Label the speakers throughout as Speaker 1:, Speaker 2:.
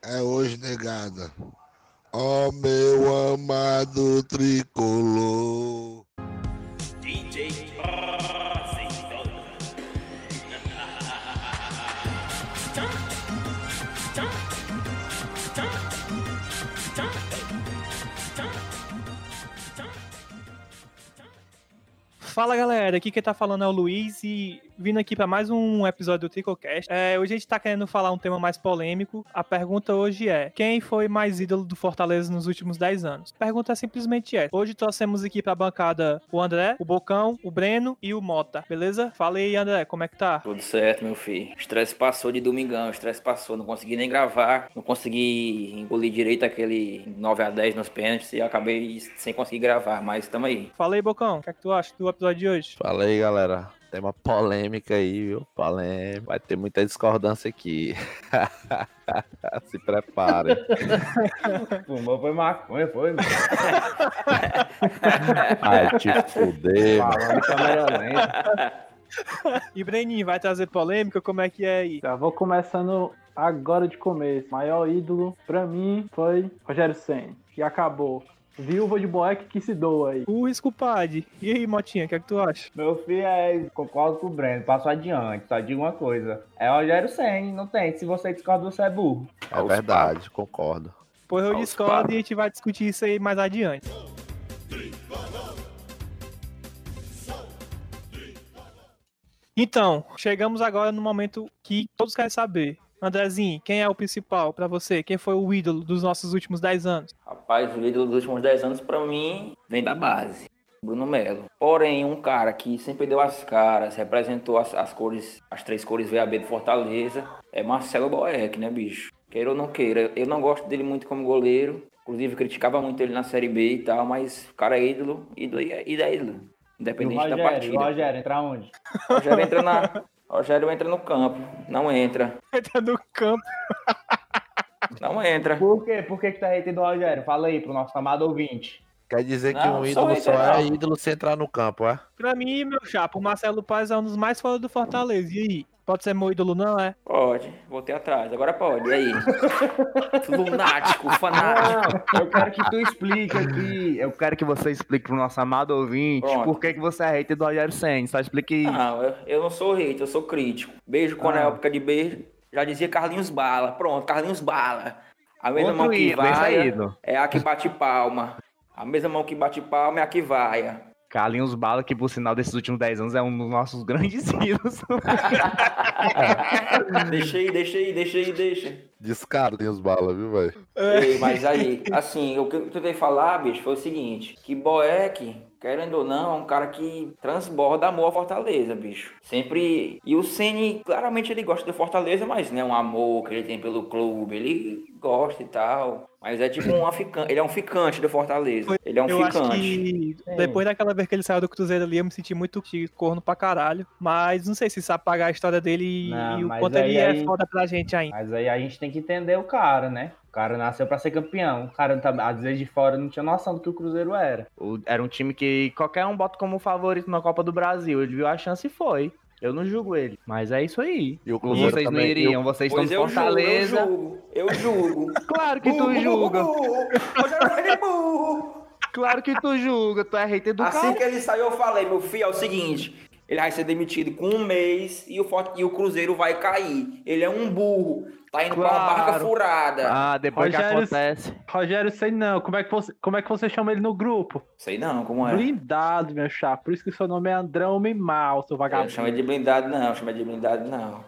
Speaker 1: é hoje negada. Ó oh, meu amado tricolor.
Speaker 2: DJ
Speaker 3: Fala galera, aqui quem tá falando é o Luiz e vindo aqui para mais um episódio do Tricocast. É, hoje a gente tá querendo falar um tema mais polêmico. A pergunta hoje é: quem foi mais ídolo do Fortaleza nos últimos 10 anos? A pergunta é simplesmente essa. Hoje trouxemos aqui pra bancada o André, o Bocão, o Breno e o Mota, beleza? Fala aí, André, como é que tá?
Speaker 4: Tudo certo, meu filho. O estresse passou de domingão, o estresse passou. Não consegui nem gravar, não consegui engolir direito aquele 9 a 10 nos pênaltis e acabei sem conseguir gravar, mas tamo aí.
Speaker 3: Fala aí, Bocão, o que é que tu acha do episódio de hoje?
Speaker 5: Fala aí, galera. Tema polêmica aí, viu? Polêmica. Vai ter muita discordância aqui. Se preparem.
Speaker 6: Fumou foi maconha, foi? mano.
Speaker 5: Ai, te fuder, mano.
Speaker 6: Falando é em câmera lenta.
Speaker 3: E Breninho, vai trazer polêmica? Como é que é aí?
Speaker 7: Já vou começando agora de começo. Maior ídolo pra mim foi Rogério Senna. E acabou. Viúva de Boeck que se doa aí.
Speaker 3: O Escupade. E aí, Motinha, o que é que tu acha?
Speaker 6: Meu filho é. Concordo com o Breno, passo adiante. Só digo uma coisa: é Rogério Senna, não tem. Se você discorda, você é burro.
Speaker 5: É verdade, concordo.
Speaker 3: Pois eu
Speaker 4: Aos
Speaker 3: discordo
Speaker 4: papos.
Speaker 3: e a gente vai discutir isso aí mais adiante. Então, chegamos agora no momento que todos querem saber. Andrezinho, quem é o principal pra você? Quem foi o ídolo dos nossos últimos 10 anos?
Speaker 4: Rapaz, o ídolo dos últimos 10 anos, pra mim, vem da base. Bruno Melo. Porém, um cara que sempre deu as caras, representou as, as cores, as três cores VAB do Fortaleza, é Marcelo Boeck, né, bicho? Queira ou não queira, eu não gosto dele muito como goleiro. Inclusive, criticava muito ele na Série B e tal, mas o cara é ídolo, ídolo e é ídolo. é ídolo.
Speaker 6: E o
Speaker 4: Independente da
Speaker 6: Rogério,
Speaker 4: partida.
Speaker 6: o Rogério, entrar onde?
Speaker 4: O Rogério entra na... o Rogério entra no campo. Não entra.
Speaker 3: Tá no campo.
Speaker 4: Não entra.
Speaker 6: Por quê? Por que, que tá retendo o Rogério? Fala aí pro nosso amado ouvinte.
Speaker 5: Quer dizer que
Speaker 4: Não,
Speaker 5: um
Speaker 4: só
Speaker 5: ídolo só
Speaker 4: entra,
Speaker 5: é
Speaker 4: não.
Speaker 5: ídolo se entrar no campo, é?
Speaker 3: Pra mim, meu chapa, o Marcelo Paz é um dos mais fora do Fortaleza. E aí? Pode ser meu ídolo, não é?
Speaker 4: Pode, voltei atrás, agora pode, e aí? Lunático, fanático.
Speaker 6: Não, Ah, eu quero que tu explique aqui. Eu quero que você explique pro nosso amado ouvinte
Speaker 4: Pronto. Ah,
Speaker 6: por que, que você é hater do Rogério Senna. Só explique isso.
Speaker 4: Não, eu, eu não sou hater, eu sou crítico. Beijo quando
Speaker 6: Ah.
Speaker 4: é época de beijo. Já dizia Carlinhos Bala, pronto, Carlinhos Bala. A mesma mão
Speaker 6: Outro
Speaker 4: que
Speaker 6: ídolo, esse é
Speaker 4: vai
Speaker 6: ídolo.
Speaker 4: é a que bate palma. A mesma mão que bate palma é a que vai.
Speaker 6: Carlinhos Bala, que por sinal desses últimos 10 anos é um dos nossos grandes ídolos.
Speaker 4: Deixa aí, deixa aí, deixa aí, deixa.
Speaker 5: Descaro tem os balas, viu, velho?
Speaker 6: É.
Speaker 4: Ei, mas aí, assim, o que eu tentei falar, bicho, foi o seguinte: que Boeck, querendo ou não, é um cara que transborda amor à Fortaleza, bicho. Sempre. E o Ceni, claramente ele gosta do Fortaleza, mas não é um amor que ele tem pelo clube, ele gosta e tal. Mas é tipo um ficante. Ele é um ficante do Fortaleza. Ele é um
Speaker 3: eu acho
Speaker 4: ficante.
Speaker 3: que
Speaker 7: É.
Speaker 6: Sim.
Speaker 3: depois daquela vez que ele saiu do Cruzeiro ali, eu me senti muito chi- corno pra caralho. Mas não sei se sabe pagar a história dele e-
Speaker 6: Não,
Speaker 3: e o
Speaker 6: mas
Speaker 3: quanto
Speaker 6: aí-
Speaker 3: ele é
Speaker 6: aí-
Speaker 3: foda pra gente ainda.
Speaker 6: Mas aí a gente tem que entender o cara, né? O cara nasceu pra ser campeão. O cara, tá- às vezes, de fora não tinha noção do que o Cruzeiro era. O- era um time que qualquer um bota como favorito na Copa do Brasil. Ele viu a chance e foi. Eu não julgo ele. Mas é isso aí.
Speaker 5: E o
Speaker 6: Vocês
Speaker 5: Cruzeiro
Speaker 6: não
Speaker 5: também.
Speaker 6: iriam, vocês estão
Speaker 4: Pois
Speaker 6: de
Speaker 4: eu julgo, eu
Speaker 6: Fortaleza.
Speaker 4: julgo, eu julgo.
Speaker 6: Claro que tu
Speaker 4: Burro,
Speaker 6: julga.
Speaker 4: burro, burro. Rogério Ceni é burro.
Speaker 6: Claro que tu julga. Tu é hater do
Speaker 4: assim
Speaker 6: cara.
Speaker 4: que ele saiu, eu falei, meu filho, é o seguinte, ele vai ser demitido com um mês e o, Fort- e o Cruzeiro vai cair. Ele é um burro, tá indo pra uma
Speaker 6: Claro.
Speaker 4: barca furada.
Speaker 6: Ah, depois que
Speaker 7: Rogério-
Speaker 6: acontece.
Speaker 7: Rogério Senna, não. Como é que você, como é que você chama ele no grupo?
Speaker 4: Sei não, como é.
Speaker 7: Blindado, meu chá. Por isso que seu nome é Andrão Homem Mal, seu
Speaker 4: Eu não
Speaker 7: vagabundo.
Speaker 4: chamo ele de blindado não, chama de blindado não.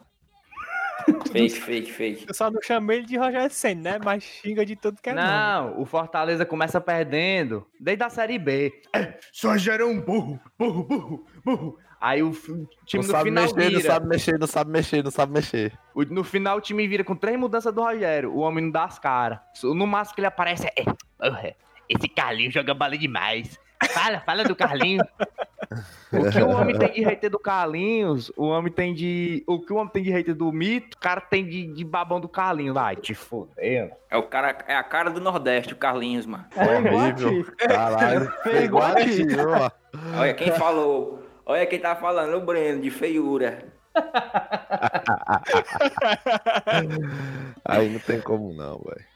Speaker 4: fake, fake, fake.
Speaker 3: Eu só não chamei ele de Rogério Senna, né? Mas xinga de tudo que é nome.
Speaker 6: Não, o Fortaleza começa perdendo desde a Série B. É, Só Rogério é um burro, burro, burro, burro. Aí o f- o
Speaker 5: Não
Speaker 6: time no
Speaker 5: sabe
Speaker 6: final
Speaker 5: mexer, não
Speaker 6: vira.
Speaker 5: sabe mexer, não sabe mexer, não sabe mexer.
Speaker 6: O- No final o time vira com três mudanças do Rogério. O homem não dá as caras. No máximo que ele aparece é... "É, porra, esse Carlinho joga bola demais. Fala, fala do Carlinho. O que o homem tem de hater do Carlinhos, o homem tem de. O que o homem tem de hater do mito, o cara tem de, de babão do Carlinho. Vai, te fudendo.
Speaker 4: É o cara, é a cara do Nordeste, o Carlinhos, mano.
Speaker 5: É Horrível. Caralho.
Speaker 7: É igual
Speaker 5: Igual
Speaker 7: a ti.
Speaker 5: a ti, viu, ó.
Speaker 4: Olha quem falou, olha quem tá falando, o Breno, de feiura.
Speaker 5: Aí não tem como não, velho.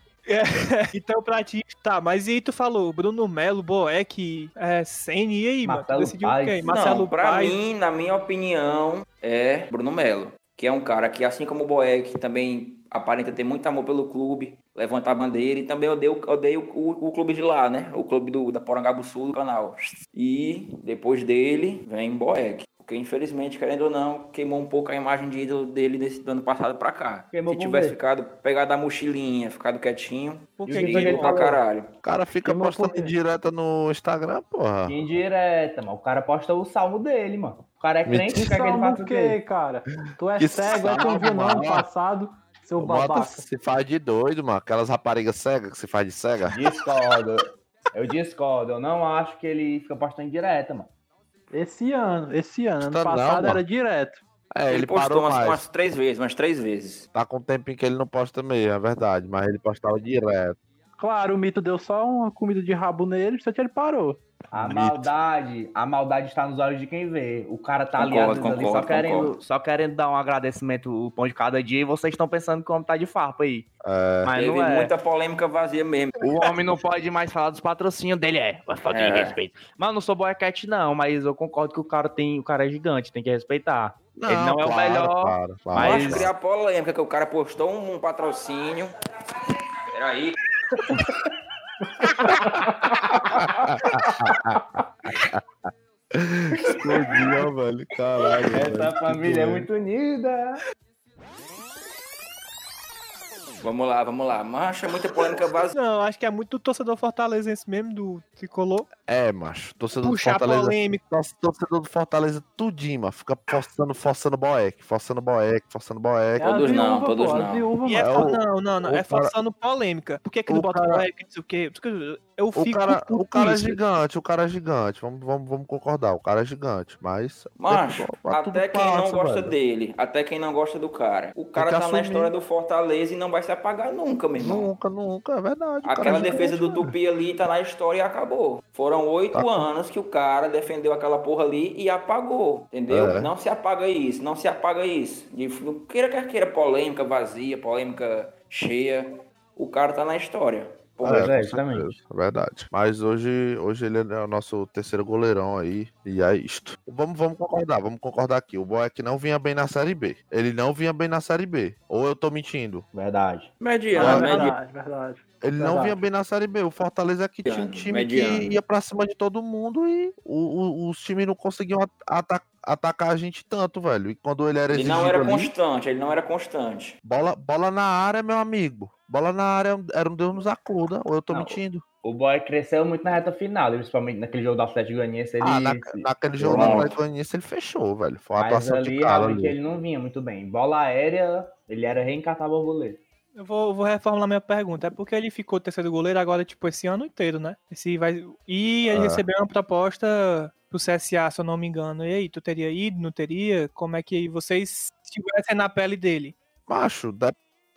Speaker 3: Então, pra ti, tá, mas e aí tu falou Bruno Melo, Boeck, é, Senna, e aí, mano? Tu
Speaker 6: Marcelo
Speaker 3: decidiu
Speaker 6: Paes.
Speaker 3: quem?
Speaker 6: Não,
Speaker 3: Marcelo
Speaker 4: Não, pra
Speaker 3: Paes.
Speaker 4: mim, na minha opinião, é Bruno Melo. Que é um cara que, assim como o Boeck, também aparenta ter muito amor pelo clube, levanta a bandeira e também odeia, o- odeia o, o- o clube de lá, né? O clube do, da Porangabu Sul, do canal. E depois dele, vem Boeck. Porque, infelizmente, querendo ou não, queimou um pouco a imagem de ídolo dele desse do ano passado pra cá.
Speaker 7: Queimou
Speaker 4: Se
Speaker 7: por
Speaker 4: tivesse
Speaker 7: quê?
Speaker 4: ficado, pegado a mochilinha, ficado quietinho,
Speaker 3: Por que
Speaker 4: e
Speaker 7: Quem
Speaker 3: que
Speaker 7: foi
Speaker 4: ele
Speaker 7: ele
Speaker 4: pra
Speaker 3: queimou?
Speaker 7: falou?
Speaker 4: caralho.
Speaker 5: O cara fica
Speaker 7: Queimou
Speaker 5: postando
Speaker 7: por quê?
Speaker 5: direta no Instagram, porra.
Speaker 6: Indireta, mano. O cara posta o salmo dele, mano. O cara é
Speaker 5: Me
Speaker 6: crente,
Speaker 7: Que
Speaker 6: quer que ele
Speaker 7: salmo
Speaker 6: faça
Speaker 7: o
Speaker 6: o quê?
Speaker 7: quê, cara? Tu é
Speaker 5: Que
Speaker 7: cego, é que
Speaker 5: salmo,
Speaker 7: não viu não
Speaker 5: mano.
Speaker 7: no passado, seu
Speaker 5: O Mota
Speaker 7: babaca.
Speaker 5: se faz de doido, mano. Aquelas raparigas cegas que se faz de cega.
Speaker 6: Discordo. Eu discordo. Eu não acho que ele fica postando indireta, mano.
Speaker 7: Esse ano, esse ano. Ano
Speaker 5: Tá não,
Speaker 7: passado
Speaker 5: mano.
Speaker 7: era direto.
Speaker 5: É,
Speaker 4: Ele,
Speaker 5: ele,
Speaker 4: postou
Speaker 5: parou
Speaker 4: umas,
Speaker 5: mais.
Speaker 4: umas três vezes, umas três vezes.
Speaker 5: Tá com um tempinho que ele não posta mesmo, é verdade. Mas ele postava direto.
Speaker 7: Claro, o Mito deu só uma comida de rabo nele, só que ele parou.
Speaker 6: A
Speaker 5: Bonito.
Speaker 6: maldade, a maldade está nos olhos de quem vê. O cara tá
Speaker 4: Concordo,
Speaker 6: aliado ali só
Speaker 4: concordo,
Speaker 6: querendo,
Speaker 4: concordo.
Speaker 6: só querendo dar um agradecimento o pão de cada dia e vocês estão pensando que o homem tá de farpa aí.
Speaker 5: É,
Speaker 6: Mas
Speaker 4: Teve
Speaker 6: não é.
Speaker 4: muita polêmica vazia mesmo.
Speaker 6: O homem não pode mais falar dos patrocínios dele, é. Uma falta de
Speaker 4: É.
Speaker 6: respeito. Mas eu não sou boycat, não, mas eu concordo que o cara tem. O cara é gigante, tem que respeitar. Ele não é o melhor,
Speaker 5: claro, claro,
Speaker 4: Mas...
Speaker 6: Mas-
Speaker 4: Acho criar polêmica, que o cara postou um, um patrocínio. Peraí.
Speaker 5: Explodiu, velho. Caralho.
Speaker 6: tá-
Speaker 5: velho, que
Speaker 4: é.
Speaker 5: doido.
Speaker 6: é unida.
Speaker 4: Vamos lá, vamos lá. Mas é muita polêmica
Speaker 5: Tá
Speaker 4: vazia.
Speaker 3: Não, acho que é muito do torcedor fortalezense mesmo, do tricolor.
Speaker 5: É, macho. Torcedor do
Speaker 3: Puxar
Speaker 5: Fortaleza.
Speaker 3: polêmica.
Speaker 5: Nossa, torcedor do Fortaleza, tudinho, mano. Fica forçando, forçando boeque, forçando boeque, forçando
Speaker 6: É
Speaker 5: boeque.
Speaker 7: a
Speaker 4: Todos não,
Speaker 7: viúva,
Speaker 4: todos
Speaker 7: pô, a
Speaker 4: não.
Speaker 7: viúva,
Speaker 3: E
Speaker 7: mano.
Speaker 3: é
Speaker 5: É,
Speaker 3: for-
Speaker 5: o-
Speaker 3: não, não, não.
Speaker 5: o
Speaker 3: É
Speaker 5: cara-
Speaker 3: forçando polêmica. Por que que não
Speaker 5: o
Speaker 3: bota
Speaker 5: cara-
Speaker 3: polêmica, não sei o quê? Eu
Speaker 5: O
Speaker 3: fico
Speaker 5: cara,
Speaker 3: puto
Speaker 5: o cara é
Speaker 3: isso.
Speaker 5: gigante, o cara é gigante. Vamos, vamos, vamos concordar, o cara é gigante, mas.
Speaker 4: Macho,
Speaker 5: mas tudo
Speaker 4: até quem não
Speaker 5: passa,
Speaker 4: gosta
Speaker 5: velho.
Speaker 4: dele, até quem não gosta do cara. O cara
Speaker 5: que
Speaker 4: tá na
Speaker 5: assumir.
Speaker 4: história do Fortaleza e não vai se apagar nunca, meu irmão.
Speaker 5: Nunca, nunca, é verdade. o cara
Speaker 4: Aquela
Speaker 5: é
Speaker 4: defesa do
Speaker 5: gigante, velho.
Speaker 4: Tupi ali tá na história e acabou. Foram oito
Speaker 5: Tá.
Speaker 4: anos que o cara defendeu aquela porra ali e apagou. Entendeu?
Speaker 5: É.
Speaker 4: Não se apaga isso, não se apaga isso. E f- queira que queira, polêmica vazia, polêmica cheia. O cara tá na história. Porra,
Speaker 5: É,
Speaker 6: Pois
Speaker 5: com
Speaker 6: é, exatamente.
Speaker 5: certeza, é verdade. Mas hoje, hoje ele é o nosso terceiro goleirão aí, e é isto. Vamos, vamos concordar, vamos concordar aqui. O Boeck não vinha bem na Série B. Ele não vinha bem na Série B. Ou eu tô mentindo?
Speaker 6: Verdade.
Speaker 7: Ah,
Speaker 4: mediano, mediano.
Speaker 7: verdade, verdade.
Speaker 5: Ele não
Speaker 7: Verdade.
Speaker 5: vinha bem na Série B. O Fortaleza é que tinha um
Speaker 4: Mediano,
Speaker 5: time
Speaker 4: mediano.
Speaker 5: que ia pra cima de todo mundo e o- o- os times não conseguiam at- ata- atacar a gente tanto, velho. E quando ele era
Speaker 4: Ele
Speaker 5: exigido
Speaker 4: não era
Speaker 5: ali,
Speaker 4: constante, ele não era constante.
Speaker 5: bola, bola na área, meu amigo. Bola na área era um Deus nos acuda. Ou eu tô
Speaker 6: Não,
Speaker 5: mentindo?
Speaker 6: O boy cresceu muito na reta final, principalmente naquele jogo do Atlético Goianiense. Ele...
Speaker 5: Ah, na- naquele jogo do
Speaker 6: Pronto.
Speaker 5: Atlético Goianiense ele fechou, velho. Foi uma
Speaker 6: Mas
Speaker 5: atuação
Speaker 6: ali,
Speaker 5: de cara
Speaker 6: realmente,
Speaker 5: ali.
Speaker 6: ele não vinha muito bem. Bola aérea, ele era reencatar borboleta.
Speaker 3: Eu vou, vou reformular minha pergunta. É porque ele ficou terceiro goleiro agora, tipo, esse ano inteiro, né? Esse vai... E ele
Speaker 5: É.
Speaker 3: recebeu uma proposta pro CSA, se eu não me engano. E aí, tu teria ido, não teria? Como é que vocês estivessem na pele dele?
Speaker 5: Macho, de-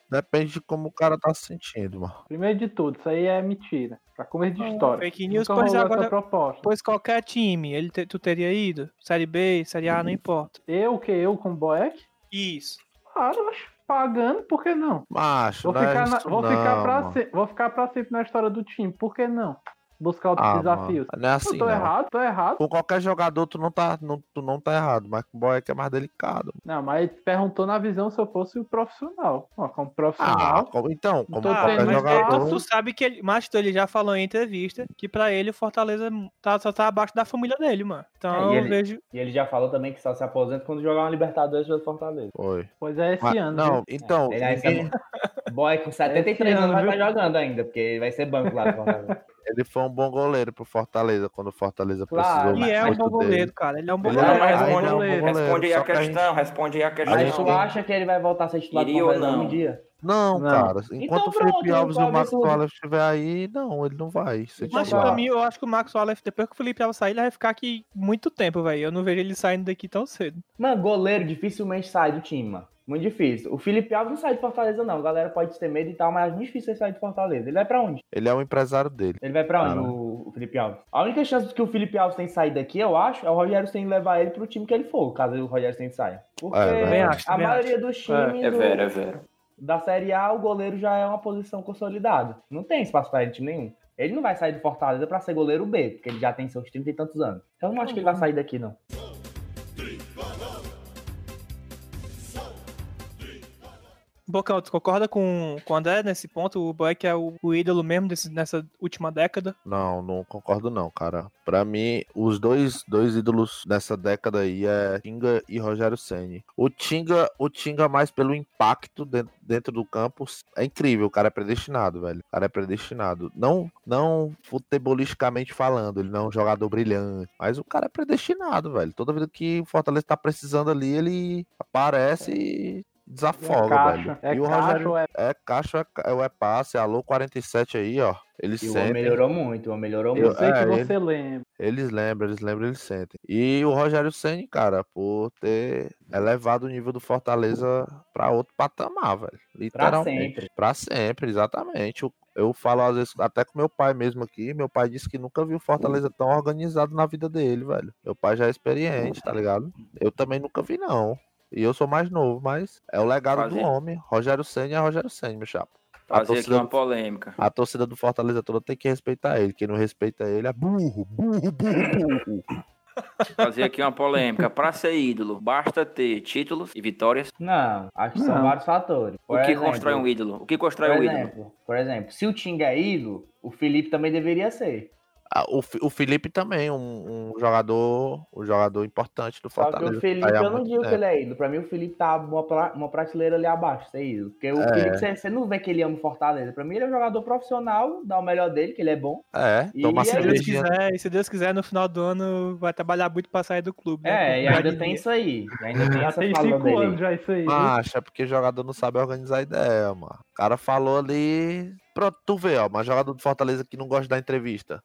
Speaker 5: depende de como o cara tá se sentindo, mano.
Speaker 7: Primeiro de tudo, isso aí é mentira. Pra começo
Speaker 6: É,
Speaker 7: de história.
Speaker 3: Fake news,
Speaker 7: Nunca
Speaker 3: pois
Speaker 7: rolou
Speaker 3: agora...
Speaker 7: essa proposta.
Speaker 3: Pois qualquer time, ele te- tu teria ido? Série B, Série A, não importa.
Speaker 7: Eu que eu com o Boeck?
Speaker 3: Isso.
Speaker 7: Claro, acho. Pagando, por que não?
Speaker 5: Macho,
Speaker 7: Vou
Speaker 5: não é
Speaker 7: ficar, na-
Speaker 5: isso
Speaker 7: vou, ficar
Speaker 5: não,
Speaker 7: pra
Speaker 5: mano.
Speaker 7: se- vou ficar pra sempre na história do time, por que não? Buscar outros
Speaker 5: Ah,
Speaker 7: desafios.
Speaker 5: mano, não é assim,
Speaker 7: eu tô
Speaker 5: não.
Speaker 7: errado, tô errado.
Speaker 5: Com qualquer jogador, tu não tá, não, tu não tá errado, mas com o Boeck é mais delicado.
Speaker 7: Não, mas perguntou na visão se eu fosse o profissional. Ó, como
Speaker 5: Ah,
Speaker 7: profissional,
Speaker 5: como- então, como
Speaker 7: Tô
Speaker 5: qualquer
Speaker 7: tendo, mas
Speaker 5: jogador.
Speaker 3: Ah, é, tu sabe que ele, mas tu- ele já falou em entrevista que pra ele o Fortaleza tá, só tá abaixo da família dele, mano. Então
Speaker 6: É, e
Speaker 3: eu
Speaker 6: ele-
Speaker 3: vejo.
Speaker 6: E ele já falou também que só se aposenta quando jogar uma Libertadores pelo Fortaleza.
Speaker 5: Foi.
Speaker 7: pois é esse
Speaker 5: Mas-
Speaker 7: ano.
Speaker 5: não,
Speaker 7: viu?
Speaker 5: então.
Speaker 6: Ele vai
Speaker 5: ninguém-
Speaker 6: ser... Boy com 73
Speaker 7: Esse
Speaker 6: anos vai
Speaker 7: ano,
Speaker 6: estar jogando ainda, porque vai ser banco lá do Fortaleza.
Speaker 5: Ele foi um bom goleiro pro Fortaleza quando o Fortaleza
Speaker 6: Claro.
Speaker 5: precisou.
Speaker 3: E é um
Speaker 5: muito
Speaker 3: bom
Speaker 5: dele.
Speaker 3: goleiro, cara. Ele é um bom
Speaker 5: Ele
Speaker 4: Não,
Speaker 5: é-
Speaker 3: goleiro.
Speaker 4: mas
Speaker 5: aí
Speaker 4: responde,
Speaker 5: não, goleiro,
Speaker 4: responde aí
Speaker 5: só
Speaker 4: a
Speaker 5: que a
Speaker 4: questão, responde aí a questão.
Speaker 5: Mas
Speaker 6: Mas tu acha que ele vai voltar a ser titular do
Speaker 4: Iria ou
Speaker 6: Fortaleza
Speaker 4: não?
Speaker 6: um dia?
Speaker 5: Não,
Speaker 3: Né?
Speaker 7: Não.
Speaker 5: cara.
Speaker 3: Então
Speaker 5: Enquanto o
Speaker 6: pronto,
Speaker 5: Felipe Alves e o
Speaker 6: vale
Speaker 5: Max
Speaker 6: tudo.
Speaker 5: Wallace estiver aí, não, ele não vai. ser
Speaker 6: Mas
Speaker 3: Mas
Speaker 5: titular.
Speaker 3: pra mim, eu acho que o Max Wallace, depois que o Felipe Alves sair, ele vai ficar aqui muito tempo, velho. Eu não vejo ele saindo daqui tão cedo.
Speaker 6: Mano, goleiro dificilmente sai do time, mano. Muito difícil. O Felipe Alves não sai de Fortaleza, não. A galera pode ter medo e tal, mas é muito difícil ele sair de Fortaleza. Ele vai pra onde?
Speaker 5: Ele é o empresário dele.
Speaker 6: Ele vai pra onde,
Speaker 5: Cara.
Speaker 6: o, o Felipe Alves? A única chance que o Felipe Alves tem de sair daqui, eu acho, é o Rogério Senna levar ele pro time que ele for, caso o Rogério Senna saia. Porque
Speaker 5: É, verdade.
Speaker 3: Também acho,
Speaker 6: a
Speaker 3: também
Speaker 6: maioria dos times
Speaker 4: É
Speaker 6: do-
Speaker 4: vero, é vero.
Speaker 6: da Série A, o goleiro já é uma posição consolidada. Não tem espaço pra ele em time nenhum. Ele não vai sair do Fortaleza pra ser goleiro B, porque ele já tem seus 30 e tantos anos. Então eu não acho que ele
Speaker 4: Uhum.
Speaker 6: vai sair daqui, não.
Speaker 3: Bocão, tu concorda com, com o André nesse ponto? O Boeck é o, o ídolo mesmo desse- nessa última década.
Speaker 5: Não, não concordo não, cara. Pra mim, os dois, dois ídolos dessa década aí é Tinga e Rogério Ceni. O Tinga, o Tinga mais pelo impacto den- dentro, do campo é incrível, o cara é predestinado, velho. O cara é predestinado. Não, não futebolisticamente falando, ele não é um jogador brilhante, mas o cara é predestinado, velho. Toda vida que o Fortaleza tá precisando ali, ele aparece e
Speaker 7: É
Speaker 5: desafoga,
Speaker 7: caixa.
Speaker 5: velho.
Speaker 7: É
Speaker 5: e o
Speaker 7: caixa
Speaker 5: Rogério
Speaker 7: ou é
Speaker 5: é caixa, é ca- é o é passe, alô 47 aí, ó. Ele
Speaker 6: E o homem
Speaker 5: sempre
Speaker 6: melhorou muito, o homem melhorou
Speaker 7: Eu
Speaker 5: Eu-
Speaker 6: muito.
Speaker 7: sei
Speaker 5: é,
Speaker 7: que você lembra.
Speaker 5: eles lembram, eles lembram, eles sentem. E o Rogério Ceni, cara, por ter elevado o nível do Fortaleza pra outro patamar, velho. Literalmente.
Speaker 6: sempre.
Speaker 5: Pra sempre, exatamente. Eu, eu falo às vezes até com meu pai mesmo aqui. Meu pai disse que nunca viu o Fortaleza tão organizado na vida dele, velho. Meu pai já é experiente, tá ligado? Eu também nunca vi, não. E eu sou mais novo, mas é o legado
Speaker 4: Fazer-
Speaker 5: do homem. Rogério Ceni é Rogério Ceni, meu chapa. A
Speaker 4: Fazer aqui
Speaker 5: torcida
Speaker 4: uma polêmica.
Speaker 5: a torcida do Fortaleza toda tem que respeitar ele. Quem não respeita ele é burro, burro, burro, burro.
Speaker 4: Fazer aqui uma polêmica. Pra ser ídolo, basta ter títulos e vitórias.
Speaker 6: Não, acho que são
Speaker 7: Não.
Speaker 6: vários fatores.
Speaker 4: O que constrói um ídolo? O que constrói
Speaker 6: por
Speaker 4: um ídolo?
Speaker 6: exemplo, por exemplo, se o Tinga é ídolo, o Felipe também deveria ser.
Speaker 5: Ah, o, Fi- o Felipe também, um, um jogador, um jogador importante do
Speaker 6: Só
Speaker 5: Fortaleza.
Speaker 6: que o
Speaker 5: tá aí
Speaker 6: Felipe,
Speaker 5: há
Speaker 6: eu não
Speaker 5: muito
Speaker 6: digo que
Speaker 5: tempo.
Speaker 6: ele é ídolo. Pra mim, o Felipe tá uma, pra- uma prateleira ali abaixo, ser ídolo. Porque o
Speaker 5: É.
Speaker 6: Felipe, você, você não vê que ele ama o Fortaleza. Pra mim, ele é um jogador profissional, dá o melhor dele, que ele é bom.
Speaker 5: É, toma
Speaker 6: E
Speaker 3: Se
Speaker 6: aí,
Speaker 3: Deus
Speaker 5: cervejinha.
Speaker 3: quiser, e se Deus quiser, no final do ano vai trabalhar muito pra sair do clube. né?
Speaker 6: É, e ainda tem isso aí. Ainda tem
Speaker 7: Já
Speaker 6: essa
Speaker 7: tem
Speaker 6: fala
Speaker 7: 5
Speaker 6: dele.
Speaker 7: anos já isso aí.
Speaker 5: Macho, é porque jogador não sabe organizar ideia, mano. O cara falou ali. Pronto, tu vê, ó. Mas jogador do Fortaleza que não gosta da entrevista.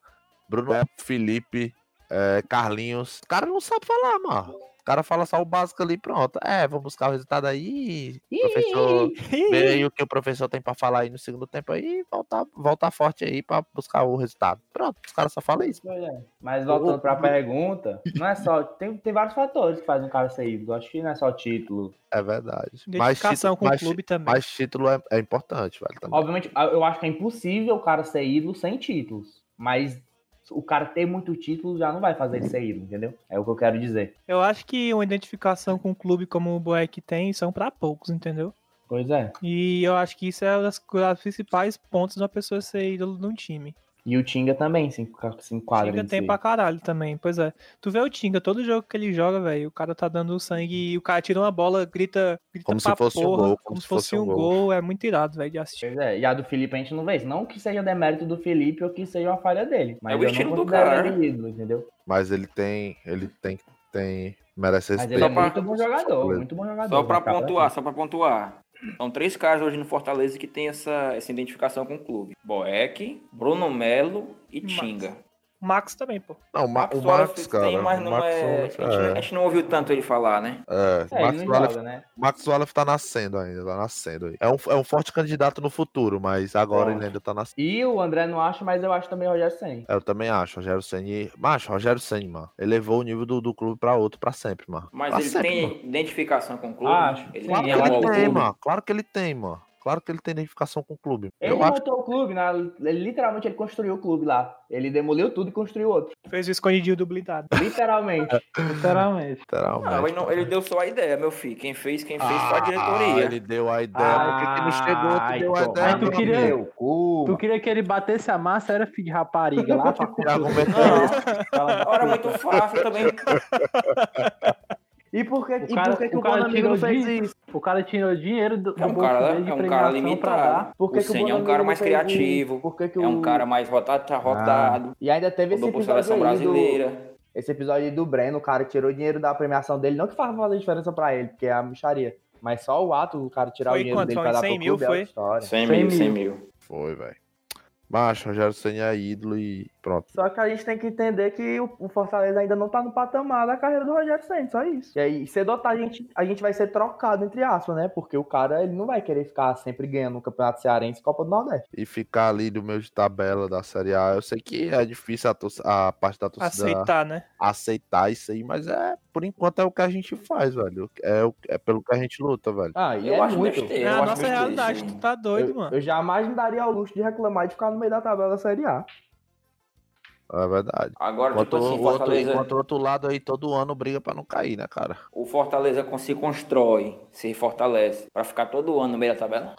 Speaker 5: Bruno é Felipe, é, Carlinhos. O cara não sabe falar, mano. O cara fala só o básico ali, pronto. É, vamos buscar o resultado aí. Professor, Vê aí o que o professor tem pra falar aí no segundo tempo aí e voltar, voltar forte aí pra buscar o resultado. Pronto, os caras só falam isso.
Speaker 6: Pois é. Mas voltando pra pergunta, não é só. Tem, tem vários fatores que fazem um cara ser ídolo. Acho que não é só título.
Speaker 5: É verdade. Mas
Speaker 3: Identificação
Speaker 5: título,
Speaker 3: com o
Speaker 5: mas,
Speaker 3: clube né? também.
Speaker 5: mas título é, é importante, velho. Também.
Speaker 6: Obviamente, a- eu acho que é impossível o cara ser ídolo sem títulos. Mas o cara ter muito título já não vai fazer ele ser ídolo, entendeu? É o que eu quero dizer.
Speaker 3: Eu acho que uma identificação com o clube como o Boeck tem são pra poucos, entendeu?
Speaker 6: Pois é.
Speaker 3: E eu acho que isso é um das co- das principais pontos de uma pessoa ser ídolo de um time.
Speaker 6: E o Tinga também se enca- se enquadra.
Speaker 3: Tinga
Speaker 6: nisso
Speaker 3: tem
Speaker 6: aí.
Speaker 3: pra caralho também, pois é. Tu vê o Tinga, todo jogo que ele joga, velho, o cara tá dando o sangue e o cara tira uma bola, grita, grita
Speaker 5: Como se
Speaker 3: pra
Speaker 5: fosse um
Speaker 3: porra,
Speaker 5: gol,
Speaker 3: como se fosse um gol. É muito irado, velho, de assistir.
Speaker 6: Pois é. E a do Felipe a gente não vê isso. Não que seja demérito do Felipe ou que seja uma falha dele. Mas
Speaker 4: É o
Speaker 6: eu
Speaker 4: estilo
Speaker 6: não
Speaker 4: do
Speaker 6: considero
Speaker 4: cara,
Speaker 6: ele ídolo, entendeu?
Speaker 5: Mas ele tem. Ele tem. tem merece
Speaker 6: Mas
Speaker 5: respeito.
Speaker 6: ele é
Speaker 4: Só pra-
Speaker 6: muito bom jogador, muito Tá bom jogador.
Speaker 4: Só pra
Speaker 6: Mas cara,
Speaker 4: pontuar, só pra pontuar. São três caras hoje no Fortaleza que tem essa, essa identificação com o clube. Boeck, Bruno Melo e
Speaker 3: Mas-
Speaker 4: Tinga.
Speaker 3: Max também, pô.
Speaker 5: Não, o, Ma- o
Speaker 4: Suárez
Speaker 5: Max, cara.
Speaker 4: tem, mas
Speaker 5: o
Speaker 4: não
Speaker 5: Max
Speaker 4: é-
Speaker 5: Suárez,
Speaker 4: A, gente, não- a
Speaker 5: é,
Speaker 4: gente não ouviu tanto ele falar, né?
Speaker 5: é.
Speaker 6: É,
Speaker 5: Max
Speaker 6: ele não
Speaker 5: Suárez-
Speaker 6: joga, né?
Speaker 5: Max Wallace tá nascendo ainda, tá nascendo aí. É um, é um forte candidato no futuro, mas agora
Speaker 4: Pronto.
Speaker 5: ele ainda tá nascendo.
Speaker 6: E o André não acha, mas eu acho também o Rogério Senna.
Speaker 5: Eu também acho, Rogério Senni. Macho, Rogério Senni, mano. Elevou o nível do, do clube pra outro pra sempre, mano.
Speaker 4: Mas
Speaker 5: pra
Speaker 4: ele
Speaker 5: sempre,
Speaker 4: tem
Speaker 5: Tá mano.
Speaker 4: identificação com o clube.
Speaker 6: Ah, Acho.
Speaker 4: Ele
Speaker 5: Claro
Speaker 4: tem
Speaker 5: que
Speaker 6: amor
Speaker 4: amor
Speaker 5: ele
Speaker 4: ao
Speaker 5: tem,
Speaker 4: clube.
Speaker 5: mano. Claro que ele tem, mano. Claro que ele tem identificação com o clube.
Speaker 6: Ele
Speaker 5: Eu acho.
Speaker 6: montou o clube, né? Ele, literalmente ele construiu o clube lá. Ele demoliu tudo e construiu outro.
Speaker 3: Fez o escondidinho do blindado.
Speaker 6: Literalmente.
Speaker 5: É,
Speaker 7: Sinceramente.
Speaker 5: Literalmente.
Speaker 4: Não, ele, não- ele deu só a ideia, meu filho. Quem fez, quem fez foi a
Speaker 5: Ah,
Speaker 4: diretoria.
Speaker 5: ele deu a ideia. Por que, que não chegou? Tu
Speaker 6: Ai,
Speaker 5: deu a
Speaker 6: toma
Speaker 5: ideia.
Speaker 7: Mas tu
Speaker 5: meu
Speaker 7: queria-
Speaker 5: amigo?
Speaker 6: Meu cu.
Speaker 7: Tu queria que ele batesse a massa, era filho de rapariga lá pra
Speaker 5: Que argumento é esse?
Speaker 4: Não,
Speaker 7: ela-
Speaker 4: era muito fácil também.
Speaker 6: E por que,
Speaker 7: O
Speaker 6: e
Speaker 7: cara-
Speaker 6: por que, que
Speaker 7: o
Speaker 6: o
Speaker 7: cara
Speaker 6: Bonamigo não
Speaker 7: tirou
Speaker 6: fez
Speaker 7: de-
Speaker 6: isso?
Speaker 7: O cara tirou dinheiro do,
Speaker 4: É um
Speaker 7: do
Speaker 4: cara,
Speaker 7: dele de
Speaker 4: é um cara
Speaker 7: premiação pra
Speaker 4: limitado.
Speaker 7: dar.
Speaker 6: Por que
Speaker 4: o
Speaker 6: que
Speaker 4: Senna é um
Speaker 6: Bonamigo
Speaker 4: cara
Speaker 6: não
Speaker 4: mais
Speaker 6: fez isso?
Speaker 4: criativo.
Speaker 6: Por que que
Speaker 4: É
Speaker 6: o...
Speaker 4: um cara mais rotado, tá rotado.
Speaker 6: E ainda teve esse
Speaker 4: Mudou por
Speaker 6: episódio
Speaker 4: seleção
Speaker 6: aí do...
Speaker 4: brasileira.
Speaker 6: Esse episódio aí do Breno, o cara tirou dinheiro da premiação dele. Não que faz fazer diferença pra ele, porque é a micharia. Mas só o ato do cara tirar
Speaker 3: Foi
Speaker 6: o dinheiro
Speaker 3: quanto?
Speaker 6: dele
Speaker 3: Foi
Speaker 6: pra dar
Speaker 3: 100
Speaker 6: pro
Speaker 3: mil,
Speaker 6: clube é outra
Speaker 3: foi?
Speaker 6: história.
Speaker 4: 100
Speaker 7: 100
Speaker 4: mil,
Speaker 7: mil.
Speaker 4: 100 mil.
Speaker 5: Foi, velho. Macho, Rogério Senna é ídolo e Pronto.
Speaker 6: Só que a gente tem que entender que o o Fortaleza ainda não tá no patamar da carreira do Rogério Ceni, só isso. E aí, cedo ou tarde, a gente, a gente vai ser trocado, entre aspas, né? Porque o cara, ele não vai querer ficar sempre ganhando o Campeonato Cearense e Copa do Nordeste.
Speaker 5: E ficar ali do meio de tabela da Série A. Eu sei que é difícil a, torci- a parte da torcida
Speaker 3: Aceitar, né?
Speaker 5: aceitar isso aí, mas é por enquanto é o que a gente faz, velho. É, o- é pelo que a gente luta, velho.
Speaker 6: Ah, e
Speaker 4: Eu
Speaker 6: é
Speaker 4: acho
Speaker 6: muito.
Speaker 3: É
Speaker 4: besteira. eu
Speaker 3: a
Speaker 4: acho
Speaker 3: nossa
Speaker 4: besteira,
Speaker 3: realidade,
Speaker 4: sim.
Speaker 3: tu tá doido,
Speaker 6: eu,
Speaker 3: mano.
Speaker 6: eu jamais me daria ao luxo de reclamar de ficar no meio da tabela da Série A.
Speaker 5: É verdade.
Speaker 4: Agora,
Speaker 5: Enquanto
Speaker 4: tipo assim,
Speaker 5: o outro,
Speaker 4: Fortaleza,
Speaker 5: enquanto o outro lado aí todo ano briga pra não cair, né, cara?
Speaker 4: o Fortaleza con- se constrói, se fortalece, pra ficar todo ano no meio da tabela.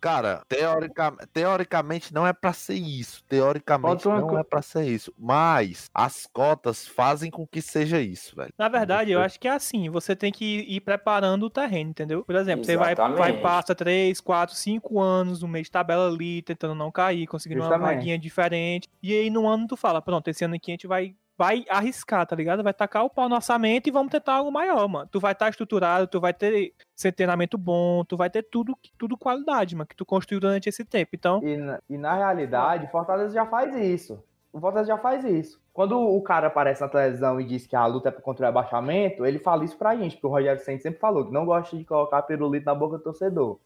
Speaker 5: Cara, teorica- teoricamente não é pra ser isso. Teoricamente
Speaker 7: Bota uma
Speaker 5: não
Speaker 7: co-
Speaker 5: é pra ser isso. Mas as cotas fazem com que seja isso, velho.
Speaker 3: Na verdade, eu acho que é assim, você tem que ir preparando o terreno, entendeu? Por exemplo, você vai,
Speaker 4: Exatamente.
Speaker 3: vai passa 3, 4, 5 anos no mês de tabela ali, tentando não cair, conseguindo uma
Speaker 6: Justamente.
Speaker 3: vaguinha diferente. E aí no ano tu fala, pronto, esse ano aqui a gente vai vai arriscar, tá ligado? Vai tacar o pau no orçamento e vamos tentar algo maior, mano. Tu vai estar estruturado, tu vai ter seu treinamento bom, tu vai ter tudo tudo qualidade, mano, que tu construiu durante esse tempo. Então,
Speaker 6: E na, e na realidade, o Fortaleza já faz isso. O Fortaleza já faz isso. Quando o cara aparece na televisão e diz que a luta é contra o rebaixamento, ele fala isso pra gente, porque o Rogério Ceni sempre falou que não gosta de colocar pirulito na boca do torcedor.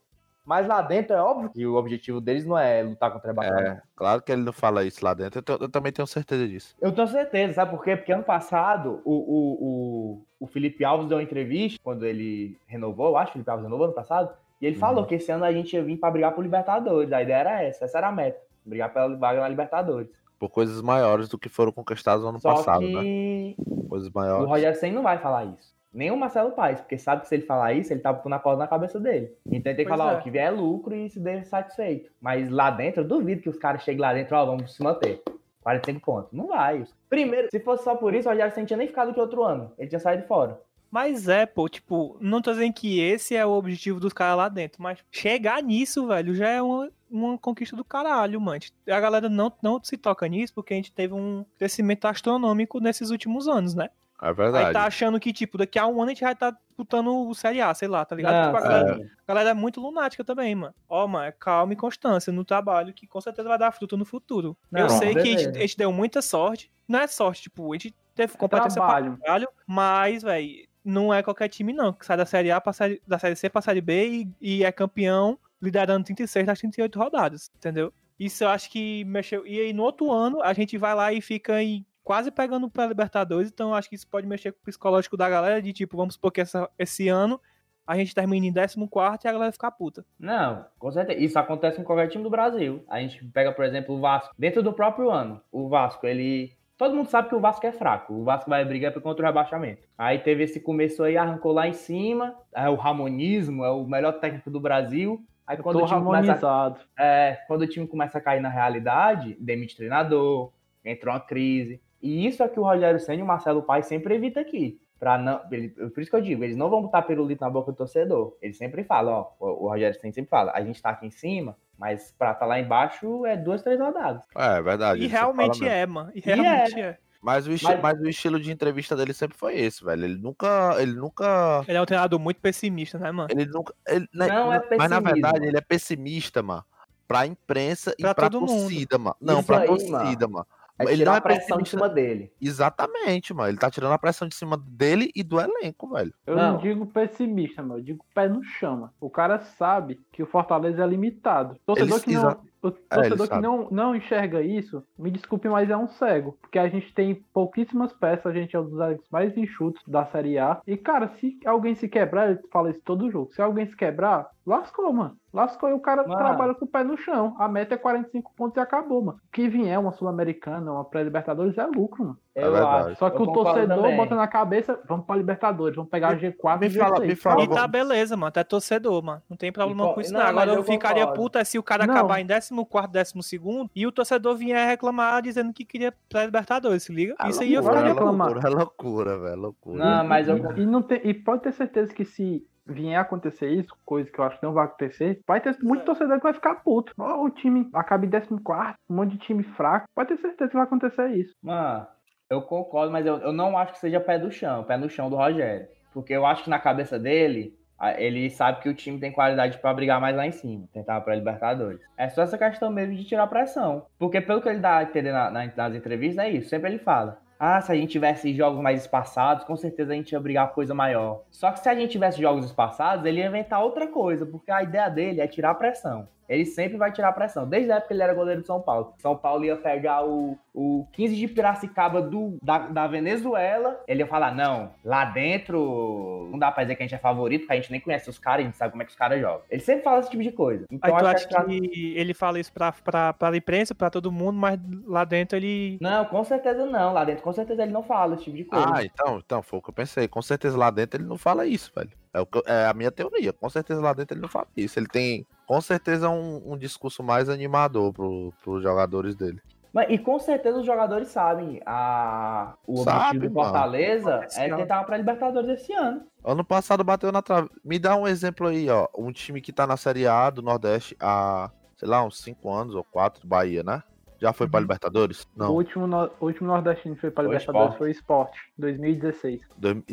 Speaker 6: Mas lá dentro é óbvio que o objetivo deles não é lutar contra o rebaixamento.
Speaker 5: É, claro que ele não fala isso lá dentro. Eu, te- eu também tenho certeza disso.
Speaker 6: Eu tenho certeza, sabe por quê? Porque ano passado o, o, o, o Felipe Alves deu uma entrevista quando ele renovou, eu acho que o Felipe Alves renovou ano passado, e ele
Speaker 5: Uhum.
Speaker 6: falou que esse ano a gente ia vir pra brigar por Libertadores. A ideia era essa, essa era a meta. Brigar pela vaga na Libertadores.
Speaker 5: Por coisas maiores do que foram conquistadas no ano
Speaker 6: Só
Speaker 5: passado,
Speaker 6: que
Speaker 5: né? Coisas
Speaker 6: o
Speaker 5: maiores.
Speaker 6: Rogério Senna não vai falar isso. Nem o Marcelo Paes, porque sabe que se ele falar isso, ele tá pondo a corda na cabeça dele. Então ele tem que
Speaker 3: Pois
Speaker 6: falar,
Speaker 3: é.
Speaker 6: ó, que vier é lucro e se dê satisfeito. Mas lá dentro, eu duvido que os caras cheguem lá dentro, ó, vamos se manter. 45 pontos. Não vai. Primeiro, se fosse só por isso, o Rogério Senna tinha nem ficado aqui outro ano. Ele tinha saído fora.
Speaker 3: Mas é, pô, tipo, não tô dizendo que esse é o objetivo dos caras lá dentro, mas chegar nisso, velho, já é uma, uma conquista do caralho, mano. A galera não, não se toca nisso porque a gente teve um crescimento astronômico nesses últimos anos, né?
Speaker 5: É
Speaker 3: Aí
Speaker 5: verdade.
Speaker 3: tá achando que, tipo, daqui a um ano a gente vai estar tá disputando o Série A, sei lá, tá ligado?
Speaker 6: Não,
Speaker 3: Tipo, a,
Speaker 6: sim.
Speaker 3: galera, a galera é muito lunática também, mano. Ó, mano, é calma e constância no trabalho que com certeza vai dar fruto no futuro. Eu
Speaker 6: Não,
Speaker 3: sei que a gente,
Speaker 6: beleza.
Speaker 3: a gente deu muita sorte. Não é sorte, tipo, a gente teve competência pra
Speaker 7: Trabalho.
Speaker 3: caralho, mas, velho, não é qualquer time, não, que sai da Série A pra série, da Série C pra Série B e, e é campeão liderando 36 das 38 rodadas, entendeu? Isso eu acho que mexeu. E aí, no outro ano, a gente vai lá e fica em quase pegando pra Libertadores, então eu acho que isso pode mexer com o psicológico da galera, de tipo, vamos supor que essa- esse ano a gente termina em 14 e a galera fica puta.
Speaker 6: Não, com certeza. Isso acontece com qualquer time do Brasil. A gente pega, por exemplo, o Vasco. Dentro do próprio ano, o Vasco, ele. Todo mundo sabe que o Vasco é fraco. O Vasco vai brigar contra o rebaixamento. Aí teve esse começo aí, arrancou lá em cima. É o Ramonismo, é o melhor técnico do Brasil. Aí quando
Speaker 7: Tô
Speaker 6: o time começa a
Speaker 7: harmonizado.
Speaker 6: é, quando o time começa a cair na realidade, demite treinador, entra uma crise. E isso é que o Rogério Senna e o Marcelo Paes sempre evita aqui. Pra não, ele- por isso que eu digo, eles não vão botar pirulito na boca do torcedor. Eles sempre falam, ó, o, o Rogério Senna sempre fala, a gente tá aqui em cima, mas pra tá lá embaixo é duas, três rodadas.
Speaker 5: É verdade.
Speaker 3: E
Speaker 5: isso você fala
Speaker 3: realmente
Speaker 5: mesmo.
Speaker 3: é, mano. E
Speaker 6: é.
Speaker 3: realmente é.
Speaker 5: Mas o, esti-
Speaker 6: Mas-
Speaker 5: mas o estilo de entrevista dele sempre foi esse, velho. Ele nunca. Ele nunca
Speaker 3: Ele é um treinador muito pessimista, né, mano?
Speaker 5: Ele nunca. ele- né,
Speaker 6: Não é
Speaker 5: Mas na
Speaker 6: pessimismo.
Speaker 5: verdade ele é pessimista, mano. Pra imprensa
Speaker 3: Pra
Speaker 5: e pra
Speaker 3: todo mundo.
Speaker 5: torcida, mano. Não,
Speaker 6: Isso
Speaker 5: pra
Speaker 6: aí,
Speaker 5: torcida, mano.
Speaker 6: É
Speaker 5: Ele
Speaker 6: tirar
Speaker 5: não
Speaker 6: a
Speaker 5: é
Speaker 6: pressão de
Speaker 5: pessimista.
Speaker 6: cima dele.
Speaker 5: Exatamente, mano. Ele tá tirando a pressão de cima dele e do elenco, velho.
Speaker 7: Eu não,
Speaker 6: Não.
Speaker 7: digo pessimista, meu. Eu digo pé no chama. O cara sabe que o Fortaleza é limitado. Torcedor
Speaker 5: Eles-
Speaker 7: que, não,
Speaker 5: exa-
Speaker 7: o torcedor
Speaker 5: ele
Speaker 7: que
Speaker 5: sabe.
Speaker 7: não, não enxerga isso, me desculpe, mas é um cego. Porque a gente tem pouquíssimas peças, a gente é um dos elencos mais enxutos da Série A. E, cara, se alguém se quebrar, ele fala isso todo jogo. Se alguém se quebrar, lascou, mano. Lascou e o cara
Speaker 6: Mano.
Speaker 7: trabalha com o pé no chão. A meta é 45 pontos e acabou, mano. O que vier uma Sul-Americana, uma pré-Libertadores é lucro, mano.
Speaker 5: É
Speaker 6: Eu
Speaker 5: verdade.
Speaker 6: acho.
Speaker 7: Só que
Speaker 6: Eu
Speaker 7: o
Speaker 6: concordo
Speaker 7: torcedor
Speaker 6: também.
Speaker 7: bota na cabeça, vamos pra Libertadores, vamos pegar G4
Speaker 5: me
Speaker 7: e
Speaker 5: fala-
Speaker 7: G6.
Speaker 5: me fala,
Speaker 3: E tá beleza, mano. Até torcedor, mano. Não tem problema
Speaker 6: Enco-
Speaker 3: com isso,
Speaker 6: Não,
Speaker 3: não.
Speaker 6: mas
Speaker 3: Agora eu,
Speaker 6: eu
Speaker 3: ficaria
Speaker 6: concordo.
Speaker 3: puta se o cara
Speaker 7: Não.
Speaker 3: acabar em 14, 12 e o torcedor vier reclamar dizendo que queria pré-libertadores, se liga? isso aí eu
Speaker 7: loucura,
Speaker 3: ficaria
Speaker 5: é
Speaker 3: puto.
Speaker 7: reclamar.
Speaker 5: loucura, é loucura, velho. é Loucura.
Speaker 6: Não, mas eu
Speaker 7: E, e não tem- e pode ter certeza que se vier a acontecer isso, coisa que eu acho que não vai acontecer, vai ter
Speaker 6: É.
Speaker 7: muito torcedor que vai ficar puto. Ó, o time acaba em 14, um monte de time fraco. Pode ter certeza que vai acontecer isso.
Speaker 6: Mano, eu concordo, mas eu, eu não acho que seja pé do chão, pé no chão do Rogério. Porque eu acho que na cabeça dele, Ah, Ele sabe que o time tem qualidade pra brigar mais lá em cima, tentar pra Libertadores. É só essa questão mesmo de tirar pressão. Porque pelo que ele dá a entender na- na- nas entrevistas, é isso. Sempre ele fala. Ah, se a gente tivesse jogos mais espaçados, com certeza a gente ia brigar por coisa maior. Só que se a gente tivesse jogos espaçados, ele ia inventar outra coisa, porque a ideia dele é tirar pressão. Ele sempre vai tirar pressão. Desde a época que ele era goleiro do São Paulo. São Paulo ia pegar o, o 15 de Piracicaba do, da, da Venezuela. Ele ia falar: não, lá dentro não dá pra dizer que a gente é favorito, porque a gente nem conhece os caras, a gente sabe como é que os caras jogam. Ele sempre fala esse tipo de coisa.
Speaker 3: Aí tu
Speaker 6: Então acho
Speaker 3: acha
Speaker 6: que a-
Speaker 3: que ele fala isso pra, pra, pra imprensa, pra todo mundo, mas lá dentro ele.
Speaker 6: Não, com certeza não. Lá dentro, com certeza ele não fala esse tipo de coisa.
Speaker 5: Ah, então, então, foi o que eu pensei. Com certeza lá dentro ele não fala isso, velho. É, o que eu- é a minha teoria. Com certeza lá dentro ele não fala isso. Ele tem, com certeza, um, um discurso mais animador pro, pros jogadores dele.
Speaker 6: Mas, e com certeza os jogadores sabem. A... O objetivo
Speaker 5: Sabe,
Speaker 6: do
Speaker 5: mano.
Speaker 6: Fortaleza
Speaker 3: Esse
Speaker 6: é
Speaker 3: ano.
Speaker 6: tentar para Libertadores esse ano.
Speaker 5: Ano passado bateu na trave. Me dá um exemplo aí, ó. Um time que tá na Série A do Nordeste há, sei lá, uns 5 anos ou 4, Bahia, né? Já foi pra Libertadores?
Speaker 7: O
Speaker 5: Não.
Speaker 7: último, no- o último nordestino que foi para
Speaker 6: Foi
Speaker 7: Libertadores
Speaker 6: Sport.
Speaker 7: foi o Sport, 2016.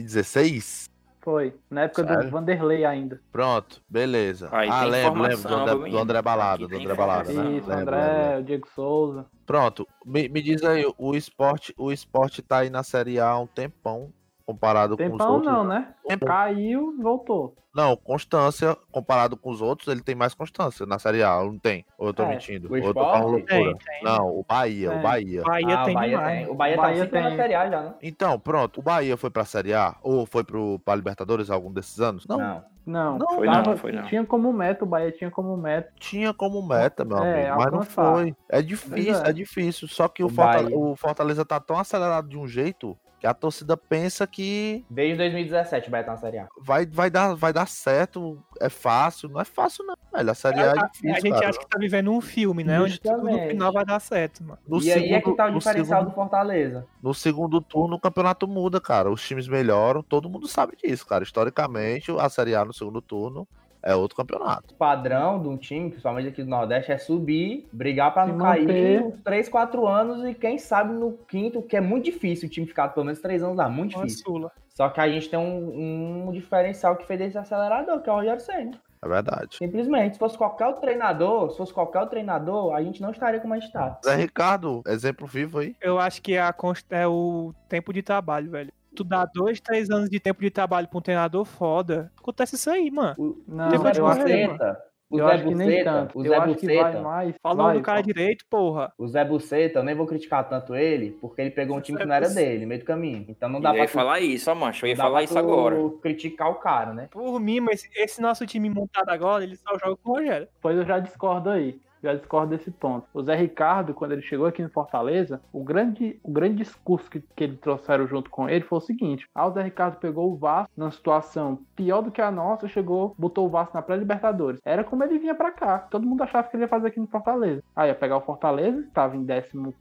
Speaker 5: 2016?
Speaker 7: Foi, na época
Speaker 5: Sério?
Speaker 7: do Vanderlei ainda.
Speaker 5: Pronto, beleza.
Speaker 4: Aí
Speaker 5: ah,
Speaker 4: tem
Speaker 5: lembro, lembro
Speaker 4: informação,
Speaker 5: do André,
Speaker 4: menino.
Speaker 5: do André Balada,
Speaker 4: Aqui
Speaker 5: do
Speaker 4: tem
Speaker 5: André Balada, né?
Speaker 4: informação.
Speaker 7: Isso,
Speaker 5: Lembro, lembro.
Speaker 7: André, o Diego Souza.
Speaker 5: Pronto, me, me diz aí, o esporte, o esporte tá aí na Série A há um tempão, comparado com os
Speaker 7: Tempão
Speaker 5: outros.
Speaker 7: não, né?
Speaker 5: Tempão.
Speaker 7: Caiu, voltou.
Speaker 5: Não, constância, comparado com os outros, ele tem mais constância na Série A, não tem? Ou eu tô
Speaker 7: É,
Speaker 5: mentindo?
Speaker 6: o
Speaker 5: Ou eu tô falando
Speaker 6: esporte?
Speaker 5: loucura?
Speaker 3: Tem, tem.
Speaker 5: Não, o Bahia, o
Speaker 7: Tem.
Speaker 5: Bahia.
Speaker 3: Bahia
Speaker 6: Ah,
Speaker 3: tem
Speaker 6: o Bahia
Speaker 3: demais.
Speaker 6: tem. O Bahia,
Speaker 7: Bahia
Speaker 6: tá sempre na
Speaker 7: tem.
Speaker 6: Série A já, né?
Speaker 5: Então, pronto, o Bahia foi pra Série A? Ou foi pro, pra Libertadores algum desses anos? Não,
Speaker 7: Não,
Speaker 5: Não,
Speaker 4: Foi
Speaker 7: tava-
Speaker 4: não, foi não.
Speaker 7: tinha como meta, o Bahia tinha como meta.
Speaker 5: tinha como meta, meu
Speaker 7: É,
Speaker 5: amigo, mas não
Speaker 7: alcançar.
Speaker 5: foi. É difícil,
Speaker 7: Pois
Speaker 5: é.
Speaker 7: é.
Speaker 5: difícil. Só que o,
Speaker 6: O
Speaker 5: Fortale-
Speaker 6: Bahia.
Speaker 5: o Fortaleza tá tão acelerado de um jeito que a torcida pensa que
Speaker 6: Desde 2017 o Bahia tá na Série A.
Speaker 5: vai, vai, dar, vai dar certo, é fácil. Não é fácil, não, velho. A Série A é
Speaker 3: A-
Speaker 5: difícil,
Speaker 3: a gente
Speaker 5: cara.
Speaker 3: acha que tá vivendo um filme, né? Onde tudo no
Speaker 6: Justamente.
Speaker 3: final vai dar certo, mano.
Speaker 5: No
Speaker 6: e aí é que tá o
Speaker 5: no
Speaker 6: diferencial
Speaker 5: segundo-
Speaker 6: do Fortaleza.
Speaker 5: no segundo turno, o campeonato muda, cara. Os times melhoram, todo mundo sabe disso, cara. Historicamente, a Série A no segundo turno é outro campeonato.
Speaker 6: O padrão de um time, principalmente aqui do Nordeste, é subir, brigar pra
Speaker 7: Se
Speaker 6: não cair
Speaker 7: manter.
Speaker 6: uns 3, 4 anos e quem sabe no quinto, que é muito difícil o time ficar pelo menos 3 anos lá, muito
Speaker 3: Uma
Speaker 6: difícil.
Speaker 3: Sula.
Speaker 6: Só que a gente tem um, um diferencial que fez esse acelerador, que é o Rogério Senna.
Speaker 5: É verdade.
Speaker 6: Simplesmente, se fosse qualquer outro treinador, se fosse qualquer outro treinador, a gente não estaria como a gente tá.
Speaker 5: Zé Ricardo, exemplo vivo aí.
Speaker 3: Eu acho que é, a const- é o tempo de trabalho, velho. Tu dá dois, três anos de tempo de trabalho pra um treinador foda. Acontece isso aí, mano.
Speaker 7: Não,
Speaker 6: o Zé
Speaker 3: Tem
Speaker 7: eu
Speaker 3: que-
Speaker 6: Buceta, o
Speaker 7: acho, né? eu
Speaker 6: Zé
Speaker 7: acho que nem
Speaker 6: Buceta,
Speaker 7: tanto.
Speaker 6: o
Speaker 7: Eu
Speaker 6: Zé
Speaker 7: acho que vai
Speaker 6: Buceta,
Speaker 7: mais.
Speaker 3: Fala o
Speaker 7: vai,
Speaker 3: nome do cara direito, porra.
Speaker 6: o Zé Buceta, eu nem vou criticar tanto ele, porque ele pegou um time que não era dele, meio do caminho. Então não dá
Speaker 4: eu
Speaker 6: pra
Speaker 4: ia
Speaker 6: tu-
Speaker 4: falar isso, ó, macho. Eu ia
Speaker 6: não dá
Speaker 4: falar
Speaker 6: pra
Speaker 4: isso
Speaker 6: tu
Speaker 4: agora. É
Speaker 6: criticar o cara, né?
Speaker 3: Por mim, mas esse nosso time montado agora, ele só joga com o Rogério.
Speaker 7: Pois eu já discordo aí. Já discordo desse ponto. O Zé Ricardo, quando ele chegou aqui no Fortaleza, o grande, o grande discurso que, que ele trouxeram junto com ele foi o seguinte: ah, o Zé Ricardo pegou o Vasco numa situação pior do que a nossa, chegou, botou o Vasco na pré-Libertadores. Era como ele vinha pra cá. Todo mundo achava que ele ia fazer aqui no Fortaleza. Aí ia pegar o Fortaleza, que tava em 14,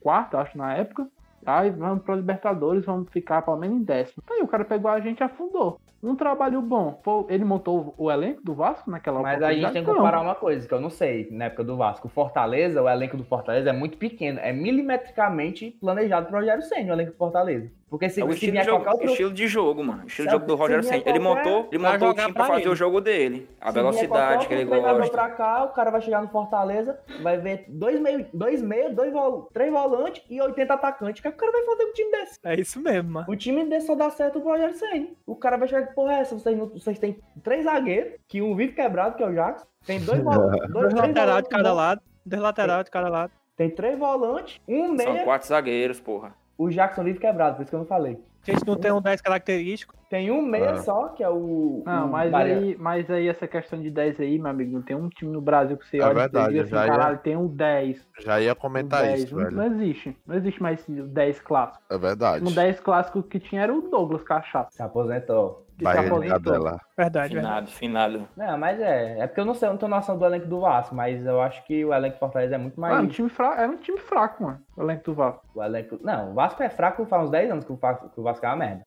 Speaker 7: acho, na época. Aí vamos pra Libertadores, vamos ficar pelo menos em décimo. Aí o cara pegou a gente e afundou. Um trabalho bom. Foi- ele montou o elenco do Vasco naquela
Speaker 6: Mas a gente tem que
Speaker 7: oportunidade? Não.
Speaker 6: comparar uma coisa, que eu não sei, na época do Vasco. O Fortaleza, o elenco do Fortaleza é muito pequeno, é milimetricamente planejado pro Rogério Senna, o elenco do Fortaleza. Porque se,
Speaker 4: É o
Speaker 6: se
Speaker 4: estilo de,
Speaker 6: vier
Speaker 4: jogo,
Speaker 6: qualquer outro
Speaker 4: estilo de jogo, mano. Estilo de
Speaker 6: Se-
Speaker 4: jogo do
Speaker 6: se
Speaker 4: Rogério
Speaker 6: vier
Speaker 4: Senna. Ele
Speaker 6: qualquer-
Speaker 4: montou, ele
Speaker 3: vai
Speaker 4: montou o
Speaker 3: jogar
Speaker 4: time pra
Speaker 3: pra
Speaker 4: fazer
Speaker 3: ele.
Speaker 4: o jogo dele. A
Speaker 6: Se vier
Speaker 4: velocidade
Speaker 6: qualquer
Speaker 4: que ele
Speaker 6: outro treinador
Speaker 4: gosta.
Speaker 6: Pra cá, o cara vai chegar no Fortaleza, vai ver dois meio, dois meio, dois vol, três volantes e 80 atacantes. O que é que o cara vai fazer com um time desse?
Speaker 3: É isso mesmo, mano.
Speaker 6: O time desse só dá certo pro Rogério Senna. O cara vai chegar que porra é essa? Vocês, não- vocês têm três zagueiros, que um vive quebrado, que é o Jackson. Tem dois volantes, dois,
Speaker 3: Dois
Speaker 6: três né?
Speaker 3: lateral de
Speaker 6: volantes
Speaker 3: cada
Speaker 6: bons.
Speaker 3: lado. Dois lateral de cada lado.
Speaker 6: Tem três volantes,
Speaker 4: São
Speaker 6: um meia.
Speaker 4: quatro zagueiros, porra.
Speaker 6: O Jackson vive quebrado, por isso que eu não falei.
Speaker 3: A gente não tem um 10 característico.
Speaker 6: Tem um meia
Speaker 5: Ah.
Speaker 6: só, que é o.
Speaker 7: Não,
Speaker 6: o
Speaker 7: mas
Speaker 6: Mariano.
Speaker 7: aí, mas aí essa questão de 10 aí, meu amigo, não tem um time no Brasil que você
Speaker 5: É
Speaker 7: olha
Speaker 5: verdade,
Speaker 7: e você diga
Speaker 5: já é.
Speaker 7: assim, caralho, tem um 10. um
Speaker 5: Já ia comentar
Speaker 7: 10.
Speaker 5: isso,
Speaker 7: não,
Speaker 5: velho.
Speaker 7: não existe. Não existe mais esse 10 clássico.
Speaker 5: É verdade.
Speaker 7: Um 10 clássico que tinha era o Douglas Cachaça.
Speaker 6: Se aposentou.
Speaker 7: que
Speaker 5: Bahia
Speaker 7: se
Speaker 5: de
Speaker 7: aposentou.
Speaker 5: Cadela.
Speaker 3: É Verdade, velho.
Speaker 4: Finado, finado.
Speaker 6: Não, mas é. É porque eu não sei, eu não tenho noção do elenco do Vasco, mas eu acho que o elenco do Fortaleza é muito mais.
Speaker 7: Ah, um time fraco, era um time fraco, mano. O elenco do Vasco.
Speaker 6: O elenco... Não, o Vasco é fraco faz uns 10 anos que o Vasco, que o Vasco é uma merda.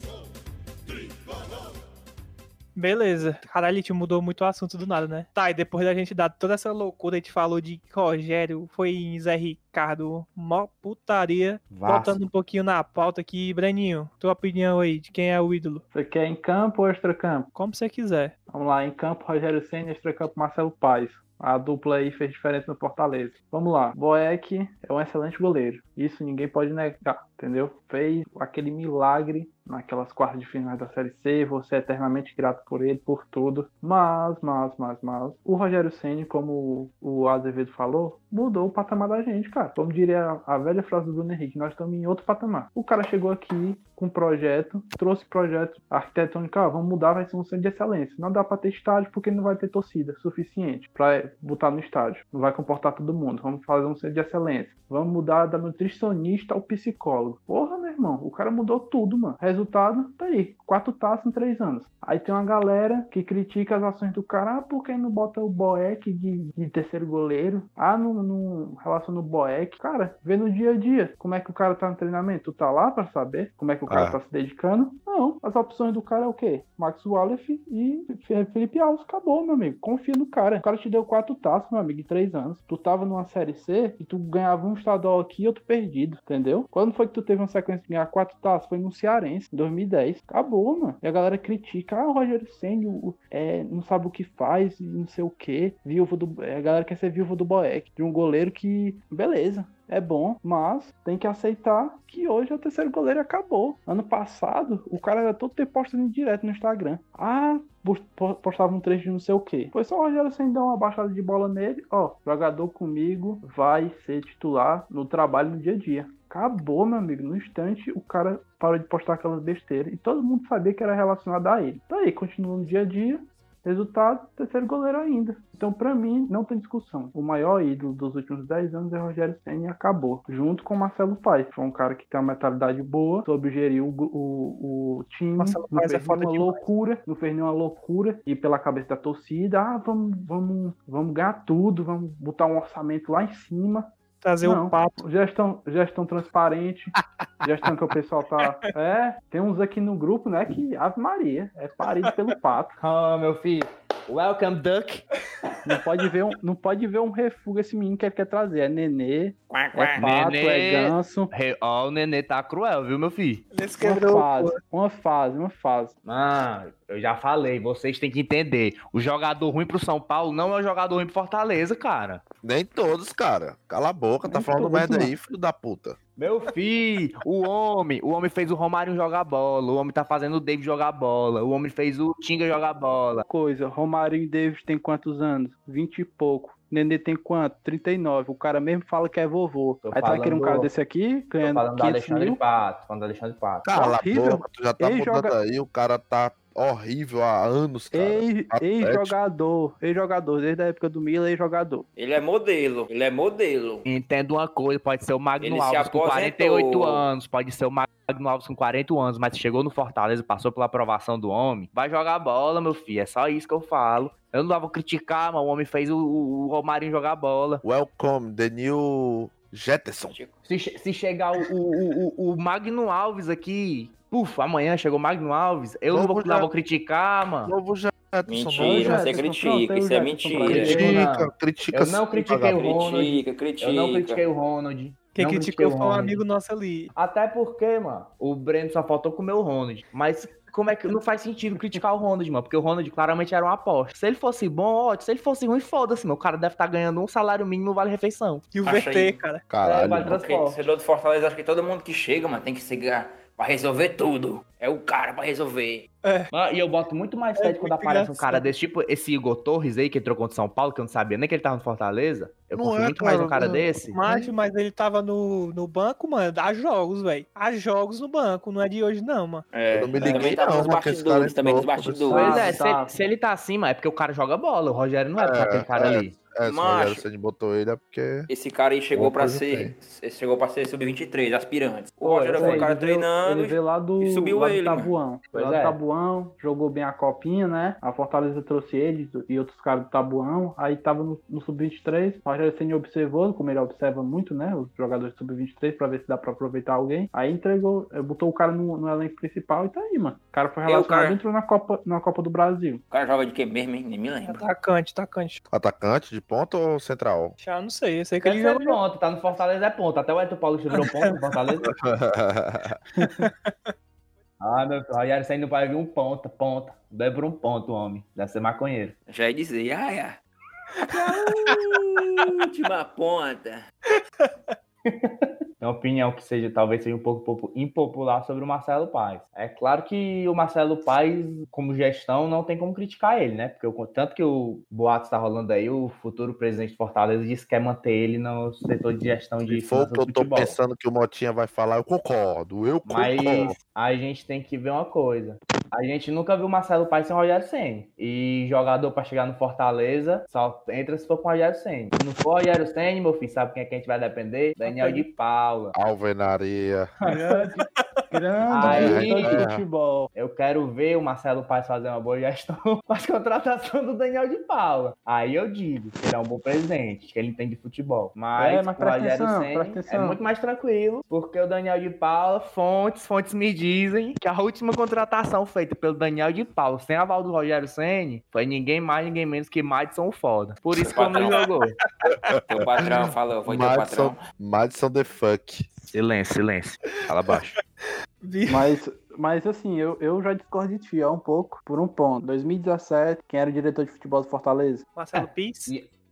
Speaker 3: Beleza. Caralho, a gente mudou muito o assunto do nada, né? Tá, e depois da gente dar toda essa loucura, a gente falou de Rogério, foi em Zé Ricardo, mó putaria. Voltando um pouquinho na pauta aqui, Breninho, tua opinião aí de quem é o ídolo?
Speaker 7: Você quer em campo ou extracampo?
Speaker 3: Como você quiser.
Speaker 7: Vamos lá, em campo Rogério Senna, extracampo Marcelo Paes. A dupla aí fez diferença no Fortaleza. Vamos lá. Boeck é um excelente goleiro. Isso ninguém pode negar, entendeu? Fez aquele milagre naquelas quartas de finais da Série C. Você é eternamente grato por ele, por tudo. Mas, mas, mas, mas. O Rogério Senna, como o Azevedo falou, mudou o patamar da gente, cara. Como diria a velha frase do Bruno Henrique, nós estamos em outro patamar. O cara chegou aqui com um projeto, trouxe projeto arquitetônico, ah, vamos mudar, vai ser um centro de excelência. Não dá pra ter estádio porque não vai ter torcida suficiente pra botar no estádio. Não vai comportar todo mundo. Vamos fazer um centro de excelência. Vamos mudar da nutricionista ao psicólogo. Porra, meu irmão, o cara mudou tudo, mano. Resultado, tá aí. Quatro taças em três anos. Aí tem uma galera que critica as ações do cara, ah, por que não bota o Boeck de, de terceiro goleiro? Ah, não no relação no Boeck, cara, vê no dia a dia como é que o cara tá no treinamento. Tu tá lá pra saber como é que o cara
Speaker 5: Ah.
Speaker 7: tá se dedicando? Não. As opções do cara é o quê? Max Wallace e Fe- Felipe Alves. Acabou, meu amigo. Confia no cara. O cara te deu quatro taças, meu amigo, em três anos. Tu tava numa série C e tu ganhava um estadual aqui e outro perdido, entendeu? Quando foi que tu teve uma sequência de ganhar quatro taças? Foi no Cearense, em 2010. Acabou, mano. E a galera critica. Ah, o Rogério Senna o- é, não sabe o que faz, e não sei o quê. Viúvo do. é, a galera quer ser viúva do Boeck. De um goleiro que. Beleza. É bom, mas tem que aceitar que hoje é o terceiro goleiro e acabou. Ano passado, o cara era todo tempo postando direto no Instagram. Ah, po- po- postava um trecho de não sei o quê. Foi só o Rogério Senna dar uma baixada de bola nele. Ó, jogador comigo vai ser titular no trabalho no dia a dia. Acabou, meu amigo. No instante, o cara parou de postar aquelas besteiras. E todo mundo sabia que era relacionado a ele. Tá aí, continua no dia a dia. Resultado, terceiro goleiro ainda. Então, pra mim, não tem discussão. O maior ídolo dos últimos 10 anos é Rogério Senna e acabou. Junto com Marcelo Paes. Foi um cara que tem uma mentalidade boa, soube gerir o, o, o time.
Speaker 3: Marcelo
Speaker 7: não
Speaker 3: Paes é
Speaker 7: fez
Speaker 3: foda
Speaker 7: nenhuma
Speaker 3: demais.
Speaker 7: loucura, não fez nenhuma loucura. E pela cabeça da torcida, ah, vamos, vamos, vamos ganhar tudo, vamos botar um orçamento lá em cima.
Speaker 3: Trazer o
Speaker 7: Não.
Speaker 3: papo.
Speaker 7: Gestão, gestão transparente, gestão que o pessoal tá. É, tem uns aqui no grupo, né? Que Ave Maria, é parido pelo pato.
Speaker 6: Oh, meu filho. Welcome, Duck.
Speaker 7: Não pode ver um, não pode ver um refúgio esse menino que ele quer trazer. É nenê, é pato, é
Speaker 6: Nenê.
Speaker 7: ganso.
Speaker 6: Re- Ó, o nenê tá cruel, viu, meu filho?
Speaker 3: Nesse
Speaker 7: Uma fase, uma fase, uma fase.
Speaker 6: Mano, eu já falei, vocês têm que entender. O jogador ruim pro São Paulo não é o jogador ruim pro Fortaleza, cara.
Speaker 5: Nem todos, cara. Cala a boca, tá
Speaker 7: Nem
Speaker 5: falando
Speaker 7: todos,
Speaker 5: merda
Speaker 7: mano.
Speaker 5: aí, filho da puta.
Speaker 6: Meu filho, o homem, o homem fez o Romário jogar bola, o homem tá fazendo o David jogar bola, o homem fez o Tinga jogar bola.
Speaker 7: Coisa, Romarinho e Davis tem quantos anos? Vinte e pouco. Nenê tem quanto? 39. O cara mesmo fala que é vovô.
Speaker 8: Tô
Speaker 7: Aí tá querendo um
Speaker 8: falando-
Speaker 7: cara desse aqui,
Speaker 8: Tô
Speaker 7: ganhando
Speaker 8: falando do
Speaker 7: 500
Speaker 8: Alexandre
Speaker 7: mil.
Speaker 8: Pato, falando do Alexandre Pato.
Speaker 5: Cala
Speaker 7: horrível.
Speaker 5: a boca, tu já tá
Speaker 7: Ele
Speaker 5: mudando
Speaker 7: joga-
Speaker 5: aí, o cara tá horrível há anos, cara.
Speaker 7: Ei-
Speaker 5: Atlético.
Speaker 7: Ex-jogador, ex-jogador, desde a época do Mila, ex-jogador.
Speaker 4: Ele é modelo, ele é modelo.
Speaker 6: Entendo uma coisa, pode ser o Magno
Speaker 4: Ele se
Speaker 6: Alves com
Speaker 4: aposentou.
Speaker 6: 48 anos, pode ser o Magno Alves com 40 anos, mas chegou no Fortaleza, passou pela aprovação do homem, vai jogar bola, meu filho, é só isso que eu falo. Eu não vou criticar, mas o homem fez o, o, o Romarinho jogar bola.
Speaker 5: Welcome, the new Jetson.
Speaker 6: Se, che- se chegar o, o, o, o- o Magno Alves aqui, puf, amanhã chegou o Magno Alves, eu não
Speaker 5: Vamos
Speaker 6: vou,
Speaker 5: já.
Speaker 6: não vou criticar, mano.
Speaker 5: Novo Jetson.
Speaker 4: Mentira,
Speaker 7: Jefferson,
Speaker 4: você critica,
Speaker 7: pronto,
Speaker 4: isso
Speaker 7: é
Speaker 4: é
Speaker 7: o Jefferson pra
Speaker 4: mentira.
Speaker 8: Não,
Speaker 5: Critica,
Speaker 7: ele.
Speaker 5: critica.
Speaker 8: eu
Speaker 5: sim,
Speaker 8: não critiquei
Speaker 5: vagabundo.
Speaker 8: o Ronald.
Speaker 4: Critica, critica.
Speaker 8: Eu não critiquei o Ronald.
Speaker 3: Quem
Speaker 8: não critiquei
Speaker 3: criticou
Speaker 8: o
Speaker 3: foi um
Speaker 8: Ronald.
Speaker 3: amigo nosso ali.
Speaker 8: Até porque, mano,
Speaker 6: O Breno só faltou comer o Ronald. Mas como é que não faz sentido criticar o Ronald, mano? Porque o Ronald claramente era uma aposta. Se ele fosse bom, ótimo. Se ele fosse ruim, foda-se, meu. O cara deve estar ganhando um salário mínimo no Vale Refeição.
Speaker 3: E o
Speaker 4: Acha
Speaker 3: VT,
Speaker 4: aí.
Speaker 3: cara.
Speaker 8: é, vai
Speaker 5: Caralho. mano.
Speaker 4: Porque
Speaker 8: transporte.
Speaker 4: torcedor do Fortaleza acho que todo mundo que chega, mano, tem que chegar pra resolver tudo. É o cara pra resolver.
Speaker 6: É. Ah,
Speaker 8: Mano, e eu boto muito mais
Speaker 3: É
Speaker 8: fé de quando
Speaker 3: muito
Speaker 8: aparece
Speaker 6: Um cara desse tipo, esse Igor Torres aí que entrou contra o São Paulo, que eu não sabia nem que ele tava no Fortaleza. Eu
Speaker 5: Não
Speaker 6: confio
Speaker 5: é,
Speaker 6: muito mais
Speaker 5: cara,
Speaker 6: um cara
Speaker 5: não-
Speaker 6: desse.
Speaker 3: Mas, mas ele tava no, no banco, mano. Há jogos, velho. Há jogos no banco. Não é de hoje, não, mano.
Speaker 4: É,
Speaker 5: Eu não me liguei
Speaker 4: também tá
Speaker 5: não,
Speaker 4: nos
Speaker 5: mano, que esse cara
Speaker 4: bastidores, também tá nos
Speaker 5: entrou,
Speaker 4: bastidores.
Speaker 6: Pois
Speaker 7: Sabe,
Speaker 6: é, se,
Speaker 7: sabe.
Speaker 6: se ele tá assim, mano, é porque o cara joga bola. O Rogério não era pra aquele cara ali.
Speaker 5: É, se o
Speaker 4: Macho.
Speaker 5: Rogério Ceni botou ele é porque.
Speaker 4: Esse cara aí chegou
Speaker 5: Uma
Speaker 4: pra
Speaker 5: coisa
Speaker 4: ser. Ele chegou pra ser sub-23, aspirante. O
Speaker 7: Foi,
Speaker 4: Rogério
Speaker 7: foi,
Speaker 4: foi um cara
Speaker 7: é, ele veio-
Speaker 4: treinando.
Speaker 7: Ele veio lá do,
Speaker 4: e subiu
Speaker 7: lá
Speaker 4: ele,
Speaker 7: do
Speaker 4: mano.
Speaker 7: Tabuão. Foi
Speaker 6: Pois
Speaker 7: lá
Speaker 6: é.
Speaker 7: do Tabuão, jogou bem a copinha, né? A Fortaleza trouxe ele e outros caras do Tabuão. Aí tava no, no Sub-23. O Rogério Senna observou, como ele observa muito, né? Os jogadores do Sub-23 pra ver se dá pra aproveitar alguém. Aí entregou, eh, botou o cara no, no elenco principal e tá aí, mano. O cara foi
Speaker 4: É, o
Speaker 7: relacionado
Speaker 4: cara-
Speaker 7: entrou na Copa, na Copa do Brasil.
Speaker 4: O cara joga de quê mesmo, hein? Nem me lembro.
Speaker 3: É Atacante, atacante.
Speaker 5: Atacante de ponta ou central?
Speaker 3: Já não sei, eu sei que
Speaker 6: Quer
Speaker 3: ele
Speaker 6: ser
Speaker 3: jogou.
Speaker 6: ponto, tá no Fortaleza é ponto. Até o Eto Paulista virou ponto no Fortaleza. Ah, meu filho, o Rogério Senna não vai vir um ponta, ponta. Deve por um ponto, homem. Deve ser maconheiro.
Speaker 4: Já ia dizer, ai, ai. A última ponta.
Speaker 6: Tem uma opinião que seja, talvez seja um pouco popu- impopular sobre o Marcelo Paes. É claro que o Marcelo Paes, como gestão, não tem como criticar ele, né? Porque o tanto que o boato está rolando aí, o futuro presidente de Fortaleza disse que quer manter ele no setor de gestão de
Speaker 5: Se for o
Speaker 6: finanças
Speaker 5: que eu
Speaker 6: do
Speaker 5: tô
Speaker 6: é futebol.
Speaker 5: pensando que o Motinha vai falar, eu concordo. Eu concordo.
Speaker 6: Mas a gente tem que ver uma coisa. A gente nunca viu Marcelo Paes sem Rogério Senna. E jogador pra chegar no Fortaleza só entra se for com Rogério Senna. Se não for Rogério Senna, meu filho, sabe quem é que a gente vai depender? Daniel de Paula.
Speaker 5: Alvenaria. É,
Speaker 7: Grande,
Speaker 6: Aí-
Speaker 7: grande jogador de futebol.
Speaker 6: Eu quero ver o Marcelo Paes fazer uma boa gestão com a contratação do Daniel de Paula. Aí eu digo que ele é um bom presidente, que ele entende de futebol. Mas,
Speaker 7: É, mas
Speaker 6: com o
Speaker 7: presta
Speaker 6: Rogério
Speaker 7: atenção,
Speaker 6: Ceni
Speaker 7: presta atenção.
Speaker 6: é muito mais tranquilo, porque o Daniel de Paula,
Speaker 9: Fontes, fontes me dizem que a última contratação feita pelo Daniel de Paulo sem aval do Rogério Senni foi ninguém mais, ninguém menos que Madison Foda. Por isso que o homem
Speaker 4: Patrão.
Speaker 9: jogou.
Speaker 4: Teu patrão falou, foi teu
Speaker 5: Madison,
Speaker 4: patrão.
Speaker 5: Madison the Fuck.
Speaker 9: Silêncio, silêncio. Fala baixo.
Speaker 3: Vi-
Speaker 7: Mas, mas assim, eu, eu já discordo de ti, ó, um pouco, por um ponto. 2017, quem era o diretor de futebol do Fortaleza?
Speaker 3: Marcelo Pires.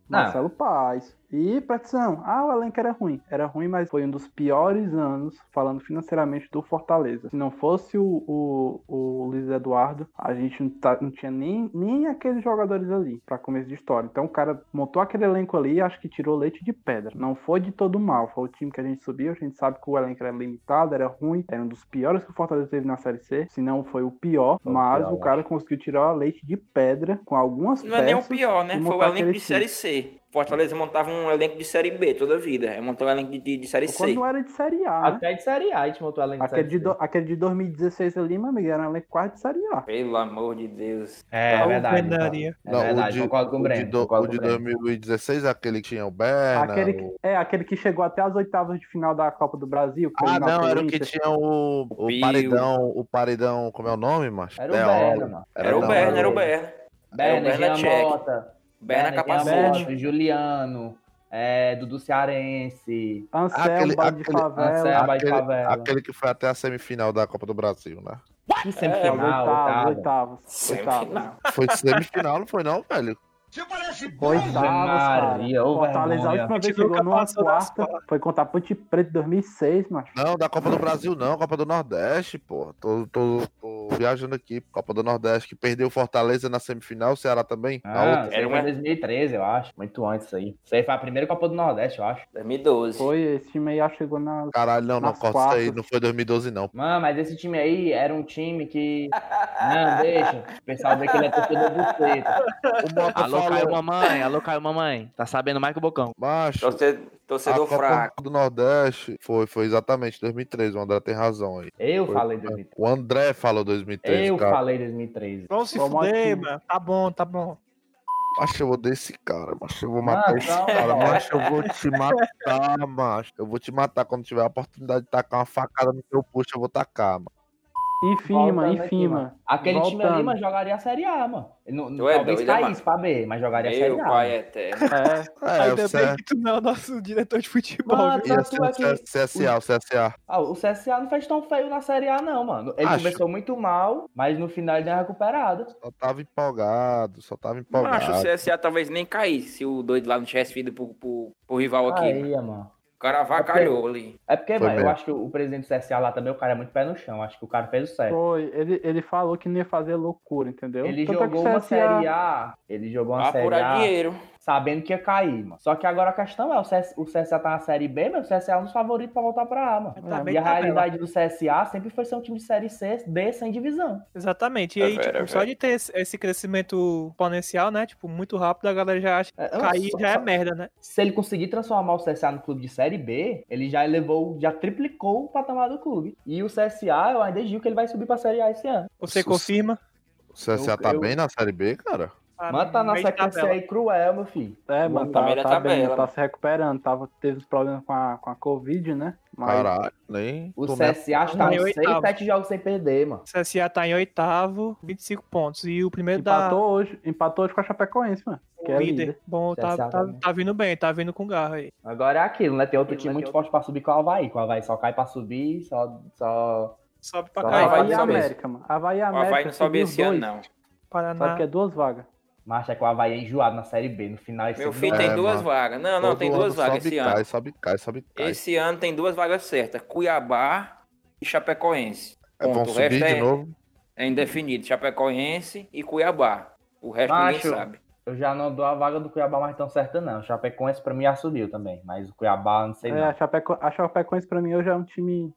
Speaker 6: Não.
Speaker 7: Marcelo Paz. E pratição. Ah, o elenco era ruim. Era ruim, mas foi um dos piores anos, falando financeiramente, do Fortaleza. Se não fosse o, o, o Luiz Eduardo, a gente não, tá- não tinha nem, nem aqueles jogadores ali, pra começo de história. Então o cara montou aquele elenco ali e acho que tirou leite de pedra. Não foi de todo mal. Foi o time que a gente subiu. A gente sabe que o elenco era limitado, era ruim. Era um dos piores que o Fortaleza teve na Série C. Se não foi o pior,
Speaker 6: Foi o
Speaker 7: mas
Speaker 6: pior,
Speaker 7: o
Speaker 6: eu
Speaker 7: cara conseguiu tirar leite de pedra com algumas
Speaker 4: Não é nem o
Speaker 7: peças.
Speaker 4: pior, né?
Speaker 7: e
Speaker 4: Foi o
Speaker 7: montar
Speaker 4: elenco
Speaker 7: aquele
Speaker 4: de Série C. Fortaleza montava um elenco de Série B toda a vida. Aí montou um elenco de, de, de Série C.
Speaker 7: Quando era de Série A, né?
Speaker 6: até de Série A, a gente montou além de
Speaker 7: Aquele
Speaker 6: Série
Speaker 7: de,
Speaker 6: C.
Speaker 7: do- aquele de 2016 ali, meu amigo, era um elenco quase de Série A.
Speaker 4: Pelo amor de Deus.
Speaker 6: É, é verdade.
Speaker 3: Alvenaria.
Speaker 6: É
Speaker 5: Não,
Speaker 6: verdade, concordo com o
Speaker 5: de
Speaker 6: Breno.
Speaker 5: do-
Speaker 6: concordo
Speaker 5: o
Speaker 6: com
Speaker 5: de
Speaker 6: o Breno.
Speaker 5: 2016 é aquele que tinha o Berna.
Speaker 7: aquele
Speaker 5: o-
Speaker 7: que, é, aquele que chegou até as oitavas de final da Copa do Brasil. que
Speaker 5: Ah,
Speaker 7: eliminou
Speaker 5: não, era o que
Speaker 7: Corinthians.
Speaker 5: tinha o, o
Speaker 4: Pio.
Speaker 5: paredão, o paredão, como é o nome, macho?
Speaker 6: Era o
Speaker 5: Deola.
Speaker 6: Berna, mano.
Speaker 4: Era o
Speaker 5: não,
Speaker 4: Berna,
Speaker 5: era
Speaker 4: era o
Speaker 5: o-
Speaker 4: Berna. Era o
Speaker 6: Berna,
Speaker 4: Berna
Speaker 6: Jean
Speaker 4: Tchek.
Speaker 6: Mota.
Speaker 4: Berna
Speaker 6: Jean
Speaker 7: é
Speaker 4: capacete.
Speaker 6: Mota, Juliano, é, Dudu Cearense,
Speaker 7: Anselmo,
Speaker 5: Aquele-
Speaker 7: Balde de
Speaker 5: aquele-
Speaker 7: Favela. É,
Speaker 6: Anselma, Bairro de
Speaker 5: aquele-
Speaker 6: Favela.
Speaker 5: Aquele que foi até a semifinal da Copa do Brasil, né?
Speaker 6: Que sempre
Speaker 4: É,
Speaker 7: As
Speaker 6: final,
Speaker 7: oitavas,
Speaker 6: oitava.
Speaker 7: oitavas. Oitavas.
Speaker 4: Semifinal.
Speaker 5: Foi semifinal, não foi não, velho?
Speaker 7: Oitavas, cara.
Speaker 6: Maria, ô
Speaker 7: Fortaleza, a
Speaker 6: vergonha.
Speaker 7: última
Speaker 3: A
Speaker 7: vez
Speaker 3: gente
Speaker 7: chegou
Speaker 3: nunca
Speaker 7: numa
Speaker 3: passou das
Speaker 7: quarta, foi contra a Ponte Preta em 2006, macho.
Speaker 5: Não, da Copa do Brasil não, Copa do Nordeste, pô. Tô, tô- tô viajando aqui, Copa do Nordeste, que perdeu o Fortaleza na semifinal, o Ceará também. na
Speaker 6: Ah,
Speaker 5: outra.
Speaker 6: era
Speaker 4: Era
Speaker 9: um
Speaker 6: uma...
Speaker 4: uma-
Speaker 6: 2013, eu acho. Muito antes isso aí. Isso aí foi a primeira Copa do Nordeste, eu acho.
Speaker 4: 2012.
Speaker 7: Foi, esse time aí já chegou na...
Speaker 5: Caralho, não, não,
Speaker 7: nas
Speaker 5: corta isso aí,
Speaker 7: quartas.
Speaker 5: não foi 2012 não.
Speaker 6: Mano, mas esse time aí era um time que. Não, deixa. O pessoal vê que ele é torcedor buceta.
Speaker 5: O Mota
Speaker 9: Alô,
Speaker 5: falou,
Speaker 9: Caio Mamãe. Alô, Caio Mamãe. Tá sabendo mais que o Bocão.
Speaker 5: macho,
Speaker 4: Torce-
Speaker 5: a
Speaker 4: Torcedor
Speaker 5: Copa
Speaker 4: fraco.
Speaker 5: do Nordeste foi, foi exatamente 2013, o André tem razão aí.
Speaker 6: Eu
Speaker 5: Foi.
Speaker 6: falei 2013.
Speaker 5: O André falou 2013,
Speaker 6: Eu
Speaker 5: cara.
Speaker 6: falei 2013.
Speaker 3: Vamos se
Speaker 7: Vamos
Speaker 3: fuder,
Speaker 7: aqui.
Speaker 3: mano. Tá bom, tá bom.
Speaker 5: Macho, eu odeio esse cara, macho. Eu vou
Speaker 6: Mano,
Speaker 5: matar esse
Speaker 6: Ah, calma,
Speaker 4: É.
Speaker 5: cara,
Speaker 6: cara.
Speaker 5: macho. Eu vou te matar, macho. Eu vou te matar quando tiver a oportunidade de tacar uma facada no teu puxo, eu vou tacar, mano.
Speaker 7: Enfim,
Speaker 6: Voltando
Speaker 7: mano,
Speaker 6: aqui,
Speaker 7: enfim,
Speaker 6: mano.
Speaker 7: mano.
Speaker 6: Aquele time ali,
Speaker 7: Voltando.
Speaker 6: mas jogaria a Série A, mano. Ele não,
Speaker 4: Tu é
Speaker 6: talvez
Speaker 4: doido, né,
Speaker 6: caísse pra B, mas jogaria a
Speaker 4: Meu
Speaker 6: Série A.
Speaker 4: pai eterno.
Speaker 7: É,
Speaker 5: É,
Speaker 3: Ainda
Speaker 5: o
Speaker 3: bem
Speaker 5: C-
Speaker 3: que tu não é o nosso diretor de futebol.
Speaker 6: Mano,
Speaker 3: viu?
Speaker 5: ia
Speaker 6: tá
Speaker 5: ser
Speaker 6: tu
Speaker 5: o
Speaker 6: aqui.
Speaker 5: C- CSA, o CSA.
Speaker 6: Ah, o CSA não fez tão feio na Série A, não, mano. Ele
Speaker 5: Acho.
Speaker 6: começou muito mal, mas no final ele deu uma recuperada.
Speaker 5: Só tava empolgado, só tava
Speaker 4: Macho, o
Speaker 5: empolgado.
Speaker 4: CSA talvez nem caísse se o doido lá não tivesse vindo pro, pro, pro rival aqui. mano.
Speaker 6: Caía, é, mano.
Speaker 4: O cara avacalhou ali.
Speaker 6: É porque,
Speaker 5: Foi
Speaker 6: mano, eu
Speaker 5: mesmo.
Speaker 6: acho que o presidente do CSA lá também, o cara é muito pé no chão. Acho que o cara fez o certo.
Speaker 7: É, foi. Ele, ele falou que não ia fazer loucura, entendeu?
Speaker 6: Ele
Speaker 7: Tanto é que
Speaker 6: jogou
Speaker 7: o
Speaker 6: uma
Speaker 7: CSA
Speaker 6: Série A. Ele jogou uma
Speaker 4: Apurar
Speaker 6: Série A.
Speaker 4: dinheiro.
Speaker 6: sabendo que ia cair, mano. Só que agora a questão é, o, CS, o CSA tá na Série B, mas o CSA é um dos favoritos pra voltar pra A, mano.
Speaker 3: Tá
Speaker 6: e
Speaker 3: bem
Speaker 6: a
Speaker 3: tabela.
Speaker 6: realidade do CSA sempre foi ser um time de Série C, D, sem divisão.
Speaker 3: Exatamente. E
Speaker 4: É
Speaker 3: aí,
Speaker 4: verdade,
Speaker 3: tipo,
Speaker 4: é
Speaker 3: só de ter esse- esse crescimento exponencial, né? Tipo, muito rápido, a galera já acha que
Speaker 6: É,
Speaker 3: cair
Speaker 6: só-
Speaker 3: já é
Speaker 6: só-
Speaker 3: merda, né?
Speaker 6: Se ele conseguir transformar o CSA no clube de Série B, ele já elevou, já triplicou o patamar do clube. E o CSA, eu ainda digo que ele vai subir pra Série A esse ano.
Speaker 3: Você
Speaker 5: Sus-
Speaker 3: confirma?
Speaker 5: O CSA
Speaker 6: Eu-
Speaker 5: tá
Speaker 6: eu-
Speaker 5: bem na Série B, cara?
Speaker 6: Mano, tá na
Speaker 3: Meio de
Speaker 6: sequência
Speaker 3: tabela.
Speaker 6: aí cruel, meu filho.
Speaker 7: É,
Speaker 4: O
Speaker 7: mano,
Speaker 4: tá
Speaker 7: tá,
Speaker 4: meio da
Speaker 7: tá bem,
Speaker 4: tabela.
Speaker 7: tá se recuperando. Tava, teve os problemas com a, com a Covid, né? Mas
Speaker 5: Caralho, nem...
Speaker 6: O
Speaker 5: tu nem-
Speaker 6: CSA está
Speaker 3: Tá em
Speaker 6: uns 6,
Speaker 3: oitavo.
Speaker 6: 7 jogos sem perder, mano.
Speaker 3: O CSA tá em oitavo, 25 pontos. E o primeiro da
Speaker 7: empatou hoje, empatou hoje com a Chapecoense, mano. Que é
Speaker 3: líder.
Speaker 7: líder.
Speaker 3: Bom, tá,
Speaker 6: CSA
Speaker 3: tá,
Speaker 6: também.
Speaker 3: tá vindo bem, tá vindo com garra aí.
Speaker 6: Agora é aquilo, né? Tem outro
Speaker 3: Aquilo,
Speaker 6: time
Speaker 3: né?
Speaker 6: muito
Speaker 3: Tem
Speaker 6: forte pra subir com o Havaí. Com o Havaí só cai pra subir, só. só...
Speaker 3: Sobe pra
Speaker 6: Só
Speaker 3: cair.
Speaker 7: Havaí
Speaker 4: vai
Speaker 7: e
Speaker 4: saber.
Speaker 7: América, mano. Havaí e
Speaker 4: O
Speaker 7: América.
Speaker 4: Havaí não sobe
Speaker 7: subiu os
Speaker 4: esse ano,
Speaker 7: dois.
Speaker 4: não.
Speaker 3: Paraná.
Speaker 7: Sabe que é duas vagas.
Speaker 6: Mas é que o Havaí é enjoado na Série B. No final esse
Speaker 4: Meu filho tem
Speaker 5: É,
Speaker 4: duas
Speaker 5: mano.
Speaker 4: vagas. Não, não,
Speaker 5: Todo
Speaker 4: tem
Speaker 5: ano
Speaker 4: duas vagas
Speaker 5: sobe,
Speaker 4: esse
Speaker 5: cai,
Speaker 4: ano.
Speaker 5: Sobe, cai, sobe, cai.
Speaker 4: Esse ano tem duas vagas certas: Cuiabá e Chapecoense.
Speaker 5: É,
Speaker 4: Ponto.
Speaker 5: vão
Speaker 4: O
Speaker 5: subir
Speaker 4: resto
Speaker 5: de
Speaker 4: é,
Speaker 5: novo?
Speaker 4: é indefinido: Chapecoense e Cuiabá. O resto
Speaker 6: Macho.
Speaker 4: ninguém sabe.
Speaker 6: Eu já não dou a vaga do Cuiabá mais tão certa, não. O Chapecoense pra mim já subiu também. Mas o Cuiabá, não sei
Speaker 7: É,
Speaker 6: não.
Speaker 7: a, Chapeco... a Chapecoense pra mim hoje é um time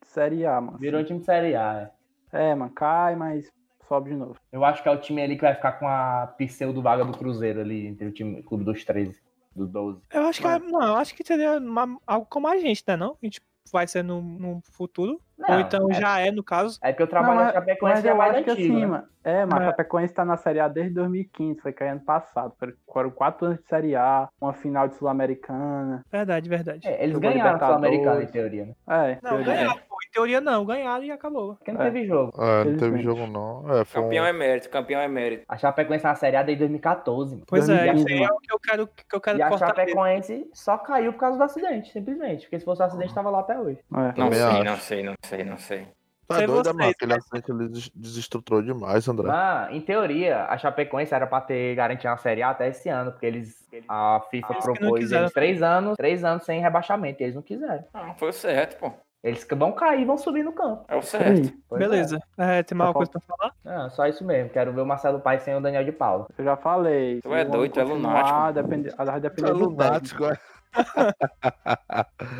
Speaker 7: de Série A, mano.
Speaker 6: Virou um time de Série A, é.
Speaker 7: É, mano, cai, mas sobe de novo.
Speaker 6: Eu acho que é o time ali que vai ficar com a pseudo vaga do Cruzeiro ali, entre o time clube dos 13, dos 12.
Speaker 3: Eu acho que é- não, eu acho que seria uma- algo como a gente, né? Não? A gente vai ser no, no futuro.
Speaker 6: Não,
Speaker 3: ou então
Speaker 6: é,
Speaker 3: já é, no caso.
Speaker 6: É porque eu trabalho
Speaker 7: Não,
Speaker 6: na
Speaker 7: mas-
Speaker 6: Chapecoense
Speaker 7: Mas
Speaker 6: já
Speaker 7: eu
Speaker 6: mais
Speaker 7: acho que
Speaker 6: antigo,
Speaker 7: assim,
Speaker 6: né?
Speaker 7: mano. É, mas
Speaker 3: Mas-
Speaker 7: a Chapecoense tá na Série A desde 2015, foi cair ano passado. Foram- Foram quatro anos de Série A, uma final de Sul-Americana.
Speaker 3: Verdade, verdade.
Speaker 6: É, eles
Speaker 7: Jogou
Speaker 6: ganharam o Sul-Americano, em
Speaker 7: Libertadores.
Speaker 6: teoria, né?
Speaker 7: É,
Speaker 3: Não,
Speaker 7: teoria.
Speaker 3: ganharam, pô. Em teoria não, ganharam e acabou.
Speaker 6: Porque não
Speaker 7: É.
Speaker 6: teve jogo.
Speaker 5: É, não teve
Speaker 7: Felizmente.
Speaker 5: jogo, não. É, foi um-
Speaker 4: Campeão emérito, campeão é emérito.
Speaker 6: A Chapecoense na Série A desde 2014. mano.
Speaker 3: Pois é,
Speaker 7: 2015,
Speaker 3: isso aí é o que eu quero, que eu quero
Speaker 6: E a é
Speaker 3: cortar
Speaker 6: Chapecoense só caiu por causa do acidente, simplesmente. Porque se fosse um
Speaker 7: Ah.
Speaker 6: acidente, tava lá até hoje.
Speaker 7: É.
Speaker 4: Não
Speaker 5: Também
Speaker 4: sei,
Speaker 5: acho.
Speaker 4: não sei, não sei, não sei.
Speaker 5: Tá
Speaker 3: Sei
Speaker 5: doido,
Speaker 3: vocês,
Speaker 5: mano. Aquele
Speaker 3: mas-
Speaker 5: acidente ele des- desestruturou demais, André.
Speaker 6: Mas, em teoria, a Chapecoense era pra ter garantido a Série A até esse ano, porque eles. A FIFA
Speaker 3: Eles que não
Speaker 6: propôs
Speaker 3: quiseram.
Speaker 6: eles três anos, três anos sem rebaixamento, e eles não quiseram.
Speaker 4: Não, foi o certo, pô.
Speaker 6: Eles que vão cair e vão subir no campo.
Speaker 4: É o certo.
Speaker 7: Sim,
Speaker 6: Pois
Speaker 3: Beleza. É, tem mais
Speaker 7: Tá
Speaker 3: alguma coisa pra falar?
Speaker 6: é. Ah, só isso mesmo. Quero ver o Marcelo Paes sem o Daniel de Paula.
Speaker 7: eu já falei.
Speaker 4: Tu é
Speaker 7: Se o
Speaker 4: doido, tu é
Speaker 7: continuar,
Speaker 4: lunático.
Speaker 7: Depende, a- vai depender
Speaker 5: É
Speaker 7: do técnico.
Speaker 5: lunático, é.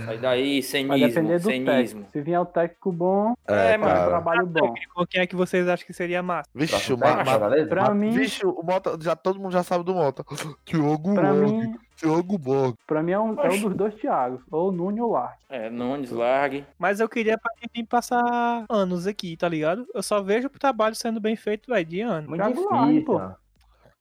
Speaker 4: Sai daí,
Speaker 7: Vai
Speaker 4: cenismo,
Speaker 7: depender do
Speaker 4: cenismo.
Speaker 7: técnico. Se vier um técnico bom,
Speaker 4: É,
Speaker 5: É,
Speaker 4: mano.
Speaker 7: um
Speaker 5: cara.
Speaker 7: trabalho bom.
Speaker 3: Técnico, Quem é que vocês acham que seria massa?
Speaker 4: Tá,
Speaker 5: Vixe,
Speaker 6: Próximo
Speaker 5: o
Speaker 6: técnico,
Speaker 5: Ma- Ma-
Speaker 6: Fortaleza?
Speaker 7: Pra mim,
Speaker 5: Vixe, o Mota, já, todo mundo já sabe do Mota. Diogo
Speaker 7: pra
Speaker 5: Borg,
Speaker 7: mim,
Speaker 5: Diogo Borg.
Speaker 7: pra mim é um, é um dos dois Thiagos, ou o Nuno ou o Lark.
Speaker 4: É, Nunes, largue.
Speaker 3: Mas eu queria pra quem vem passar anos aqui, tá ligado? Eu só vejo o trabalho sendo bem feito, velho, de ano.
Speaker 6: Muito
Speaker 7: Thiago
Speaker 6: difícil.
Speaker 7: Lago, pô.
Speaker 6: mano.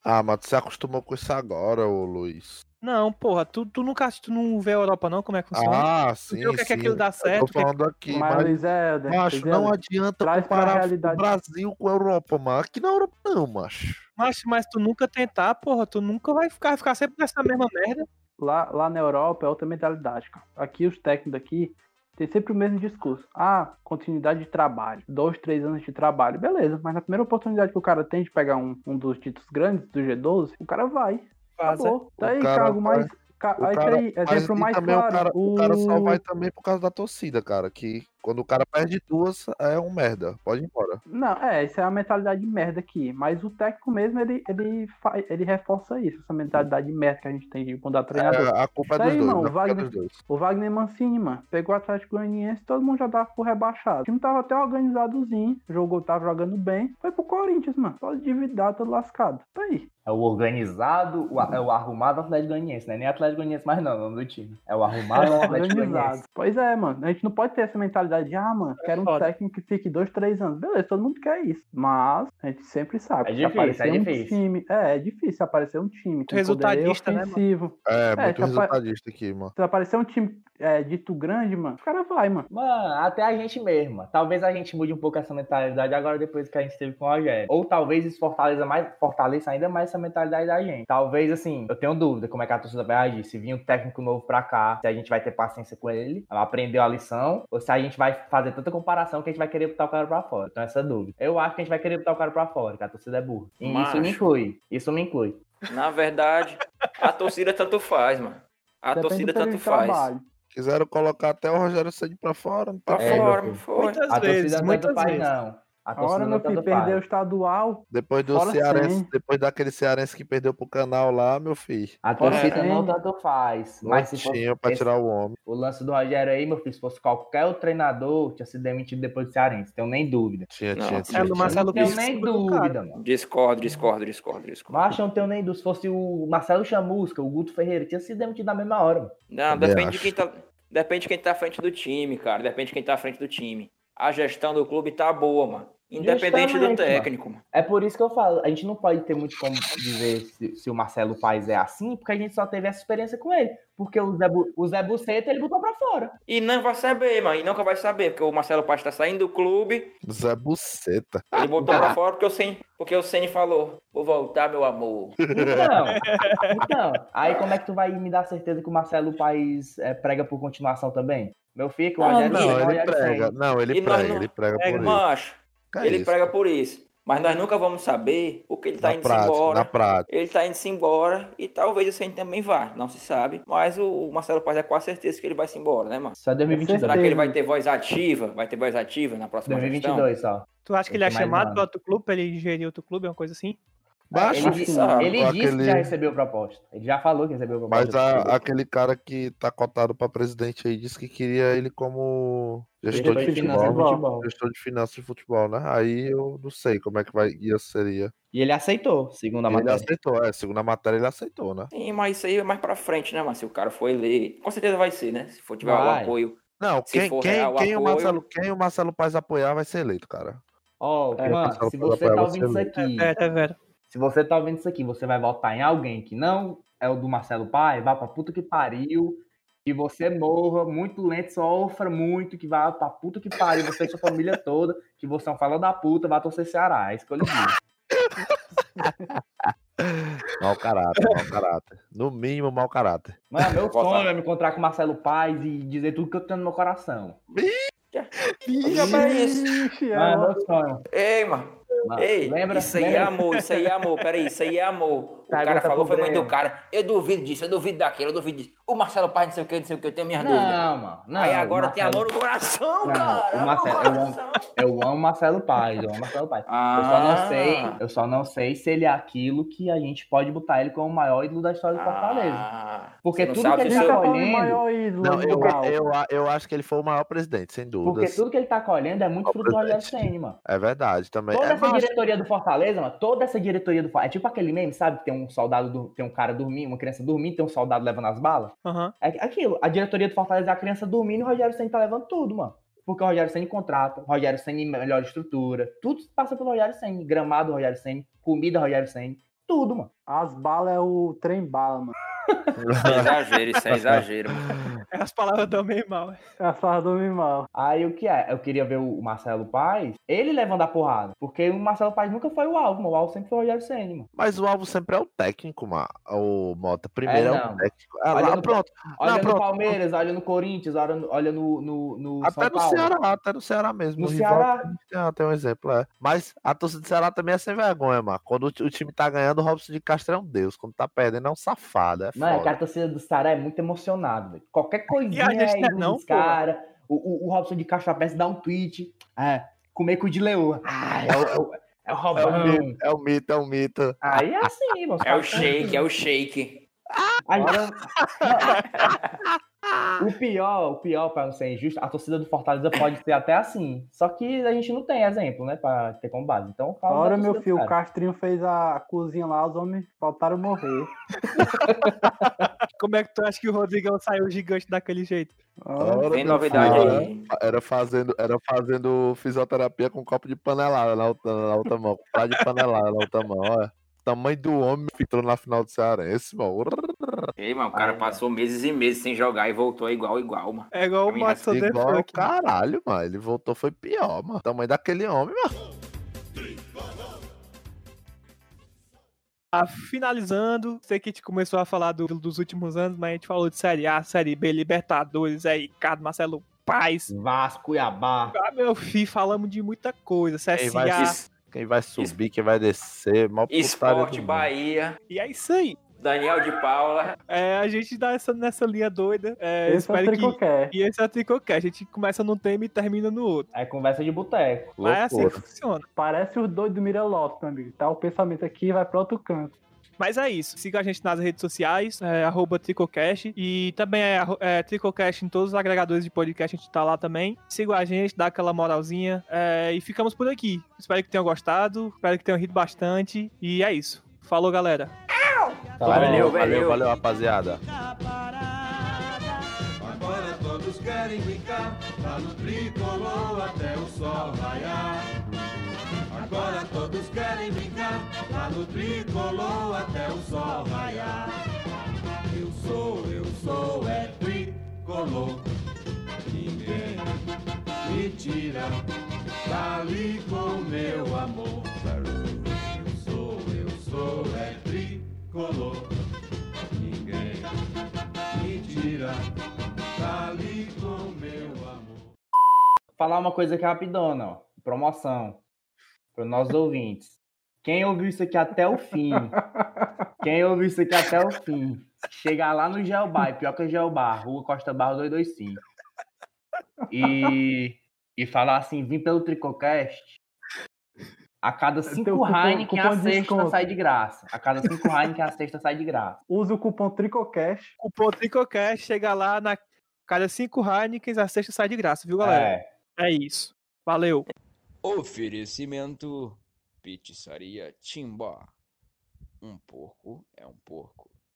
Speaker 5: Ah, mas tu se acostumou com isso agora, ô Luiz.
Speaker 3: Não, porra, tu, tu nunca tu não vê a Europa, não? Como é que funciona?
Speaker 5: Ah,
Speaker 3: Tu
Speaker 5: sim,
Speaker 3: vê o que é que
Speaker 5: sim.
Speaker 3: aquilo dá certo?
Speaker 5: Eu
Speaker 3: o
Speaker 5: tô
Speaker 3: que é que-
Speaker 5: falando aqui,
Speaker 7: mas é
Speaker 5: mas...
Speaker 7: Luiz Helder, Luiz
Speaker 5: Macho, não
Speaker 7: Helder,
Speaker 5: adianta
Speaker 7: Traz pra
Speaker 5: comparar o
Speaker 7: realidade.
Speaker 5: Brasil com a Europa, mano. Aqui na Europa não, macho.
Speaker 3: Mas, mas tu nunca tentar, porra, tu nunca vai ficar, ficar sempre nessa mesma merda.
Speaker 7: lá, lá na Europa é outra mentalidade, cara. Aqui os técnicos aqui têm sempre o mesmo discurso. Ah, continuidade de trabalho. Dois, três anos de trabalho. Beleza, mas na primeira oportunidade que o cara tem de pegar um, um dos títulos grandes do G12, o cara vai.
Speaker 3: Vaza.
Speaker 7: Acabou. Tá
Speaker 5: O
Speaker 7: aí,
Speaker 5: cara
Speaker 7: cargo
Speaker 5: vai-
Speaker 7: mais. ca-
Speaker 5: o
Speaker 7: aí,
Speaker 5: cara-
Speaker 7: tá aí,
Speaker 5: Mas
Speaker 7: exemplo
Speaker 5: e
Speaker 7: mais
Speaker 5: também o,
Speaker 7: claro.
Speaker 5: cara, o cara só vai também por causa da torcida, cara. Que quando o cara perde duas, é um merda. Pode ir embora.
Speaker 7: Não, é, isso é uma mentalidade de merda aqui. Mas o técnico mesmo, ele, ele, fa- ele reforça isso, essa mentalidade de merda que a gente tem de mudar treinador.
Speaker 5: É, a culpa é
Speaker 7: Tá
Speaker 5: dos
Speaker 7: aí,
Speaker 5: dois.
Speaker 7: irmão,
Speaker 5: né? A culpa é
Speaker 7: Wagner-
Speaker 5: dos dois.
Speaker 7: O Wagner Mancini, mano, pegou o Atlético Goianiense, todo mundo já tava por rebaixado. O time tava até organizadozinho, jogou, tava jogando bem. Foi pro Corinthians, mano. Só endividado, todo lascado. Tá aí.
Speaker 6: É o organizado, o, é o arrumado Atlético Goianiense, né? Nem Atlético Goianiense mais não, o nome do time. É o arrumado Atlético
Speaker 7: Organizado.
Speaker 6: Goianiense.
Speaker 7: Pois é, mano. A gente não pode ter essa mentalidade de, ah, mano, quero um
Speaker 3: foda.
Speaker 7: técnico que fique dois, três anos. Beleza, todo mundo quer isso. Mas a gente sempre sabe.
Speaker 6: É
Speaker 7: que se
Speaker 6: difícil,
Speaker 7: aparecer
Speaker 6: é
Speaker 7: um
Speaker 6: difícil.
Speaker 7: time. É, é difícil aparecer um time. Com
Speaker 3: Resultadista, né, mano?
Speaker 7: poder ofensivo.
Speaker 5: É, muito
Speaker 7: capaz-
Speaker 5: resultadista aqui, mano.
Speaker 7: Se aparecer um time é, dito grande, mano, o cara vai, mano.
Speaker 6: Mano, até a gente mesma. Talvez a gente mude um pouco essa mentalidade agora depois que a gente teve com o Rogério. Ou talvez isso fortaleça, mais, fortaleça ainda mais essa mentalidade da gente. Talvez, assim, eu tenho dúvida como é que a torcida vai agir. Se vir um técnico novo pra cá, se a gente vai ter paciência com ele, aprendeu a lição, ou se a gente vai fazer tanta comparação que a gente vai querer botar o cara pra fora. Então, essa é a dúvida. Eu acho que a gente vai querer botar o cara pra fora, que a torcida é burra. E isso
Speaker 4: Macho.
Speaker 6: me inclui. Isso me inclui.
Speaker 4: Na verdade, a torcida tanto faz, mano. A
Speaker 7: Depende
Speaker 4: torcida
Speaker 7: do período
Speaker 4: tanto
Speaker 7: de
Speaker 4: faz.
Speaker 7: trabalho.
Speaker 5: Quiseram colocar até o Rogério Sandy pra fora.
Speaker 4: Pra
Speaker 5: Pra Tá fora.
Speaker 6: É, meu
Speaker 4: fora,
Speaker 6: filho.
Speaker 4: foi.
Speaker 3: Muitas
Speaker 6: a torcida
Speaker 3: vezes,
Speaker 6: tanto
Speaker 3: muitas
Speaker 6: faz,
Speaker 3: vezes.
Speaker 6: não. A
Speaker 7: A hora,
Speaker 6: torcida
Speaker 7: meu
Speaker 6: não tanto
Speaker 7: filho,
Speaker 6: faz.
Speaker 7: perdeu o estadual.
Speaker 5: Depois do
Speaker 7: Fora
Speaker 5: Cearense,
Speaker 7: sem.
Speaker 5: depois daquele Cearense que perdeu pro canal lá, meu filho.
Speaker 6: A torcida
Speaker 7: sem.
Speaker 6: não tanto faz. Mas se fosse
Speaker 5: tinha pra
Speaker 6: esse-
Speaker 5: tirar o homem.
Speaker 6: o lance do Rogério aí, meu filho, se fosse qualquer outro treinador, tinha sido demitido depois do Cearense. Tenho nem dúvida.
Speaker 5: Tinha,
Speaker 4: Não,
Speaker 5: tinha, tinha.
Speaker 3: Marcelo,
Speaker 5: tinha.
Speaker 3: Marcelo
Speaker 6: Tenho
Speaker 3: Pires
Speaker 6: nem
Speaker 3: foi do cara.
Speaker 6: dúvida, mano.
Speaker 4: Discordo, discordo, discordo, discordo.
Speaker 6: Macho, eu não tenho nem dúvida. Se fosse o Marcelo Chamusca, o Guto Ferreira, tinha sido demitido na mesma hora. Mano.
Speaker 4: Não,
Speaker 5: Também
Speaker 4: depende de
Speaker 5: acho.
Speaker 4: quem tá. Depende de quem tá à frente do time, cara. Depende de quem tá à frente do time. A gestão do clube tá boa, mano. Independente do
Speaker 6: Justamente,
Speaker 4: técnico, mano.
Speaker 6: É por isso que eu falo, a gente não pode ter muito como dizer se, se o Marcelo Paes é assim, porque a gente só teve essa experiência com ele. Porque o Zé, Bu- o Zé Buceta, ele botou pra fora.
Speaker 4: E não vai saber, mano. E nunca vai saber, porque o Marcelo Paz tá saindo do clube.
Speaker 5: Zé Buceta.
Speaker 4: Ele botou
Speaker 5: Ah.
Speaker 4: pra fora porque o Ceni, porque o Ceni falou: Vou voltar, meu amor.
Speaker 6: Então, então, aí como é que tu vai me dar certeza que o Marcelo Paes é, prega por continuação também? Meu filho, que o
Speaker 4: Ah,
Speaker 6: Rogério
Speaker 5: Não,
Speaker 6: Ceni, o
Speaker 5: ele
Speaker 6: Rogério
Speaker 5: prega.
Speaker 6: Ceni.
Speaker 5: Não, ele
Speaker 4: E nós
Speaker 5: prega,
Speaker 4: não-
Speaker 5: ele prega
Speaker 3: Prega,
Speaker 5: por isso.
Speaker 4: Macho,
Speaker 5: É
Speaker 4: ele
Speaker 5: isso.
Speaker 4: prega por isso. Mas nós nunca vamos saber porque ele tá
Speaker 5: na
Speaker 4: indo
Speaker 5: prática,
Speaker 4: embora.
Speaker 5: na prática.
Speaker 4: Ele tá indo-se embora e talvez o Ceni também vá, não se sabe. Mas o o Marcelo Paz é quase certeza que ele vai se embora, né, mano?
Speaker 6: Só em
Speaker 4: Será
Speaker 6: 2022.
Speaker 4: que ele vai ter voz ativa? Vai ter voz ativa na próxima gestão?
Speaker 6: 2022 só.
Speaker 3: Tu acha que ele é
Speaker 6: Tem mais
Speaker 3: chamado
Speaker 6: nada.
Speaker 3: pra outro clube, pra ele gerir outro clube, uma coisa assim?
Speaker 5: Baixo,
Speaker 6: Ele,
Speaker 4: Acho que
Speaker 6: disse-
Speaker 4: sim.
Speaker 6: ele
Speaker 5: Com
Speaker 6: disse que já
Speaker 5: aquele-
Speaker 6: recebeu proposta. Ele já falou que recebeu proposta.
Speaker 5: Mas a- aquele cara que tá cotado pra presidente aí disse que queria ele como gestor de
Speaker 6: Diretor de finanças
Speaker 5: futebol.
Speaker 6: e futebol.
Speaker 5: Gestor de finanças e futebol, né? Aí eu não sei como é que vai, ia, seria.
Speaker 6: E ele aceitou, segundo a
Speaker 5: ele
Speaker 6: matéria.
Speaker 5: aceitou, é. Segundo a matéria, ele aceitou, né?
Speaker 4: Sim, mas isso aí é mais pra frente, né, mano? Se o cara for eleito. Com certeza vai ser, né? Se for tiver o
Speaker 6: Vai.
Speaker 4: apoio.
Speaker 5: Não,
Speaker 4: Se
Speaker 5: quem,
Speaker 4: for
Speaker 5: quem-
Speaker 4: real o
Speaker 5: quem o
Speaker 4: apoio-
Speaker 5: Marcelo, quem o Marcelo Paz apoiar vai ser eleito, cara.
Speaker 6: Ó,
Speaker 5: É,
Speaker 6: mano,
Speaker 5: Marcelo
Speaker 6: se
Speaker 5: Paulo
Speaker 6: você
Speaker 5: Apoio,
Speaker 6: tá
Speaker 5: você
Speaker 6: ouvindo isso
Speaker 5: lê.
Speaker 6: aqui,
Speaker 3: É, tá vendo?
Speaker 6: se você tá ouvindo isso aqui, você vai votar em alguém que não é o do Marcelo Pai, vá pra puta que pariu, que você morra muito lento, sofra muito, que vá pra puta que pariu, você e sua família toda, que você é um fala da puta, vá torcer Ceará. É isso que eu lhe digo.
Speaker 5: Mau caráter, mau caráter. No mínimo, mau caráter.
Speaker 6: Mano, meu
Speaker 4: Votar.
Speaker 6: sonho é me encontrar com o Marcelo Paz e dizer tudo que eu tenho no meu coração.
Speaker 4: Já é isso.
Speaker 7: Ixi, é,
Speaker 6: Mano,
Speaker 7: ó.
Speaker 6: meu sonho.
Speaker 4: Ei, mano.
Speaker 6: Mano,
Speaker 4: Ei,
Speaker 6: Ah, lembra?
Speaker 4: isso aí é
Speaker 6: lembra? Tá
Speaker 4: amor, isso aí é amor. Peraí, isso aí é amor. O
Speaker 6: Pergunta
Speaker 4: cara falou, foi
Speaker 6: pro
Speaker 4: muito
Speaker 6: Breno.
Speaker 4: do cara. Eu duvido disso, eu duvido daquilo, eu duvido disso. O Marcelo Paz, não sei o que, não sei o que, eu tenho minhas dúvidas.
Speaker 6: Não, mano. Não,
Speaker 4: aí agora tem
Speaker 6: Marcelo-
Speaker 4: amor no coração,
Speaker 6: Não,
Speaker 4: cara.
Speaker 6: o
Speaker 4: amor no
Speaker 6: Marcelo- eu amo-
Speaker 4: coração.
Speaker 6: Eu amo Marcelo Paz, eu amo Marcelo Paz. Eu só
Speaker 4: Ah,
Speaker 6: não sei, eu só não sei se ele é aquilo que a gente pode botar ele como o maior ídolo da história do Fortaleza.
Speaker 4: Ah,
Speaker 6: Porque
Speaker 4: você não
Speaker 6: tudo
Speaker 4: sabe
Speaker 6: que
Speaker 7: Quem
Speaker 6: ele
Speaker 4: se
Speaker 7: tá
Speaker 6: tá
Speaker 4: eu-
Speaker 7: falando o
Speaker 6: colhendo,
Speaker 7: maior ídolo
Speaker 5: Não, eu,
Speaker 7: local?
Speaker 5: eu, eu acho que ele foi o maior presidente, sem
Speaker 6: porque
Speaker 5: dúvidas.
Speaker 6: tudo que ele tá colhendo é muito fruto do Rogério
Speaker 5: Presidente.
Speaker 6: Ceni, mano.
Speaker 5: É verdade também.
Speaker 6: Toda
Speaker 5: É,
Speaker 6: essa
Speaker 5: mas-
Speaker 6: diretoria do Fortaleza, mano, toda essa diretoria do Fortaleza, é tipo aquele meme, sabe? Que tem um soldado, do- tem um cara dormindo, uma criança dormindo, tem um soldado levando as balas.
Speaker 3: Aham.
Speaker 6: É aquilo, a diretoria do Fortaleza é a criança dormindo e o Rogério Ceni tá levando tudo, mano. Porque o Rogério Ceni contrata, o Rogério Ceni melhor estrutura, tudo passa pelo Rogério Ceni, gramado do Rogério Ceni, comida do Rogério Ceni, tudo, mano.
Speaker 7: As balas é o trem bala, mano.
Speaker 4: Isso é exagero, isso é exagero. mano.
Speaker 3: É, As palavras estão meio mal. é.
Speaker 7: As falas É do mal.
Speaker 6: Aí o que é? Eu queria ver o Marcelo Paz, ele levando a porrada. Porque o Marcelo Paz nunca foi o alvo, mano. O alvo sempre foi o Rogério Senna, mano.
Speaker 5: Mas o alvo sempre é o técnico, ma- o Mota. Primeiro é,
Speaker 6: não.
Speaker 5: o técnico. Ah,
Speaker 6: Olha
Speaker 5: lá,
Speaker 6: no-
Speaker 5: pronto.
Speaker 6: Olha
Speaker 5: Não,
Speaker 6: no
Speaker 5: pronto.
Speaker 6: Palmeiras, olha no Corinthians, olha no, olha no, no, no
Speaker 5: Até
Speaker 6: São
Speaker 5: no
Speaker 6: Paulo.
Speaker 5: Ceará, até no Ceará mesmo.
Speaker 6: No
Speaker 5: o rival
Speaker 6: Ceará.
Speaker 5: tem- tem- tem um exemplo, é. Mas a torcida do Ceará também é sem vergonha, mano. Quando o, ti- o time tá ganhando, o Robson de Castro é um deus. Quando tá perdendo, é um safado. É
Speaker 6: Mano, é que
Speaker 5: foda.
Speaker 6: a torcida do Ceará é muito emocionada, velho. Qualquer coisinha
Speaker 3: gente
Speaker 6: aí
Speaker 3: não é
Speaker 6: dos
Speaker 3: não, pô.
Speaker 6: cara. O, o, o Robson de Castro Pérez dá um tweet. É, comer cu de leoa. Ah, é o, é o, é o
Speaker 5: É um
Speaker 6: Robão.
Speaker 5: mito, é um mito, é um mito.
Speaker 6: Aí é assim, mano.
Speaker 4: É o shake, é o shake.
Speaker 6: Aí, não- o pior, o pior, pra não ser injusto, a torcida do Fortaleza pode ser até assim. Só que a gente não tem exemplo, né? Pra ter como base. Então, fala da
Speaker 7: Agora, meu
Speaker 6: torcida
Speaker 7: filho,
Speaker 6: dos
Speaker 7: o
Speaker 6: caras.
Speaker 7: Castrinho fez a cozinha lá, os homens faltaram morrer.
Speaker 3: Como é que tu acha que o Rodrigão saiu gigante daquele jeito?
Speaker 7: Ah,
Speaker 4: Tem novidade aí.
Speaker 5: Era fazendo, era fazendo fisioterapia com um copo de panelada na outra, na outra mão. Com prato de panelada na outra mão, olha. Tamanho do homem que entrou na final do Cearense, mano.
Speaker 4: Ei, mano, o cara passou meses e meses sem jogar e voltou igual, igual, mano.
Speaker 3: É igual o
Speaker 4: Pra mim,
Speaker 3: Max The
Speaker 5: Igual ao
Speaker 3: Funk.
Speaker 5: caralho, mano. Ele voltou, foi pior, mano. Tamanho daquele homem, mano.
Speaker 3: Ah, finalizando, sei que a gente começou a falar do- dos últimos anos, mas a gente falou de Série A, Série B, Libertadores, aí, Ricardo, Marcelo Paz.
Speaker 6: Vasco, Cuiabá.
Speaker 3: Ah, meu filho, falamos de muita coisa.
Speaker 5: Quem
Speaker 3: CSA.
Speaker 5: vai Quem vai subir, quem vai descer, mal
Speaker 4: Esporte Bahia.
Speaker 3: E é isso aí.
Speaker 4: Daniel de Paula.
Speaker 3: É, a gente dá essa nessa linha doida. É,
Speaker 7: Esse é o
Speaker 3: espero que.
Speaker 7: tricocast.
Speaker 3: E esse é o tricocast. A gente começa num tema e termina no outro.
Speaker 6: É conversa de boteco.
Speaker 3: Mas é assim que
Speaker 5: Loucura.
Speaker 3: funciona.
Speaker 7: Parece os dois do Mira Lopes, meu amigo. Tá o pensamento aqui e vai pra outro canto.
Speaker 3: Mas é isso. Siga a gente nas redes sociais, é, arroba Tricocast. E também é, arro- é Tricocast em todos os agregadores de podcast, a gente tá lá também. Siga a gente, dá aquela moralzinha. é, e ficamos por aqui. Espero que tenham gostado, espero que tenham rido bastante. E é isso. Falou, galera.
Speaker 5: Valeu,
Speaker 6: Então,
Speaker 4: Valeu,
Speaker 5: valeu,
Speaker 4: valeu.
Speaker 5: valeu, rapaziada.
Speaker 2: Agora todos querem ficar lá no tricolor até o sol raiar. Agora todos querem ficar lá no tricolor até o sol raiar. Eu sou, eu sou, é tricolor. Ninguém me tira dali com meu amor. Eu sou, eu sou, é tricolor. Ninguém me tira dali com meu amor.
Speaker 6: Falar uma coisa aqui rapidona, ó. Promoção. Para nossos ouvintes. Quem ouviu isso aqui até o fim. Quem ouviu isso aqui até o fim. Chegar lá no Geobar, é pior que o Geobar, Rua Costa Barro 225. E, e falar assim: vim pelo Tricocast. A cada
Speaker 7: Tem o
Speaker 6: cinco
Speaker 7: cupom-
Speaker 6: Heineken, a
Speaker 7: cupom de
Speaker 6: sexta
Speaker 7: desconto.
Speaker 6: sai de graça. A cada cinco Heineken, a sexta sai de graça.
Speaker 7: Usa o cupom Tricocast.
Speaker 3: Cupom Tricocast, chega lá na cada cinco Heineken, a sexta sai de graça, viu, galera?
Speaker 6: É.
Speaker 3: é isso. Valeu.
Speaker 10: Oferecimento Pizzaria Timbó. Um porco é um porco.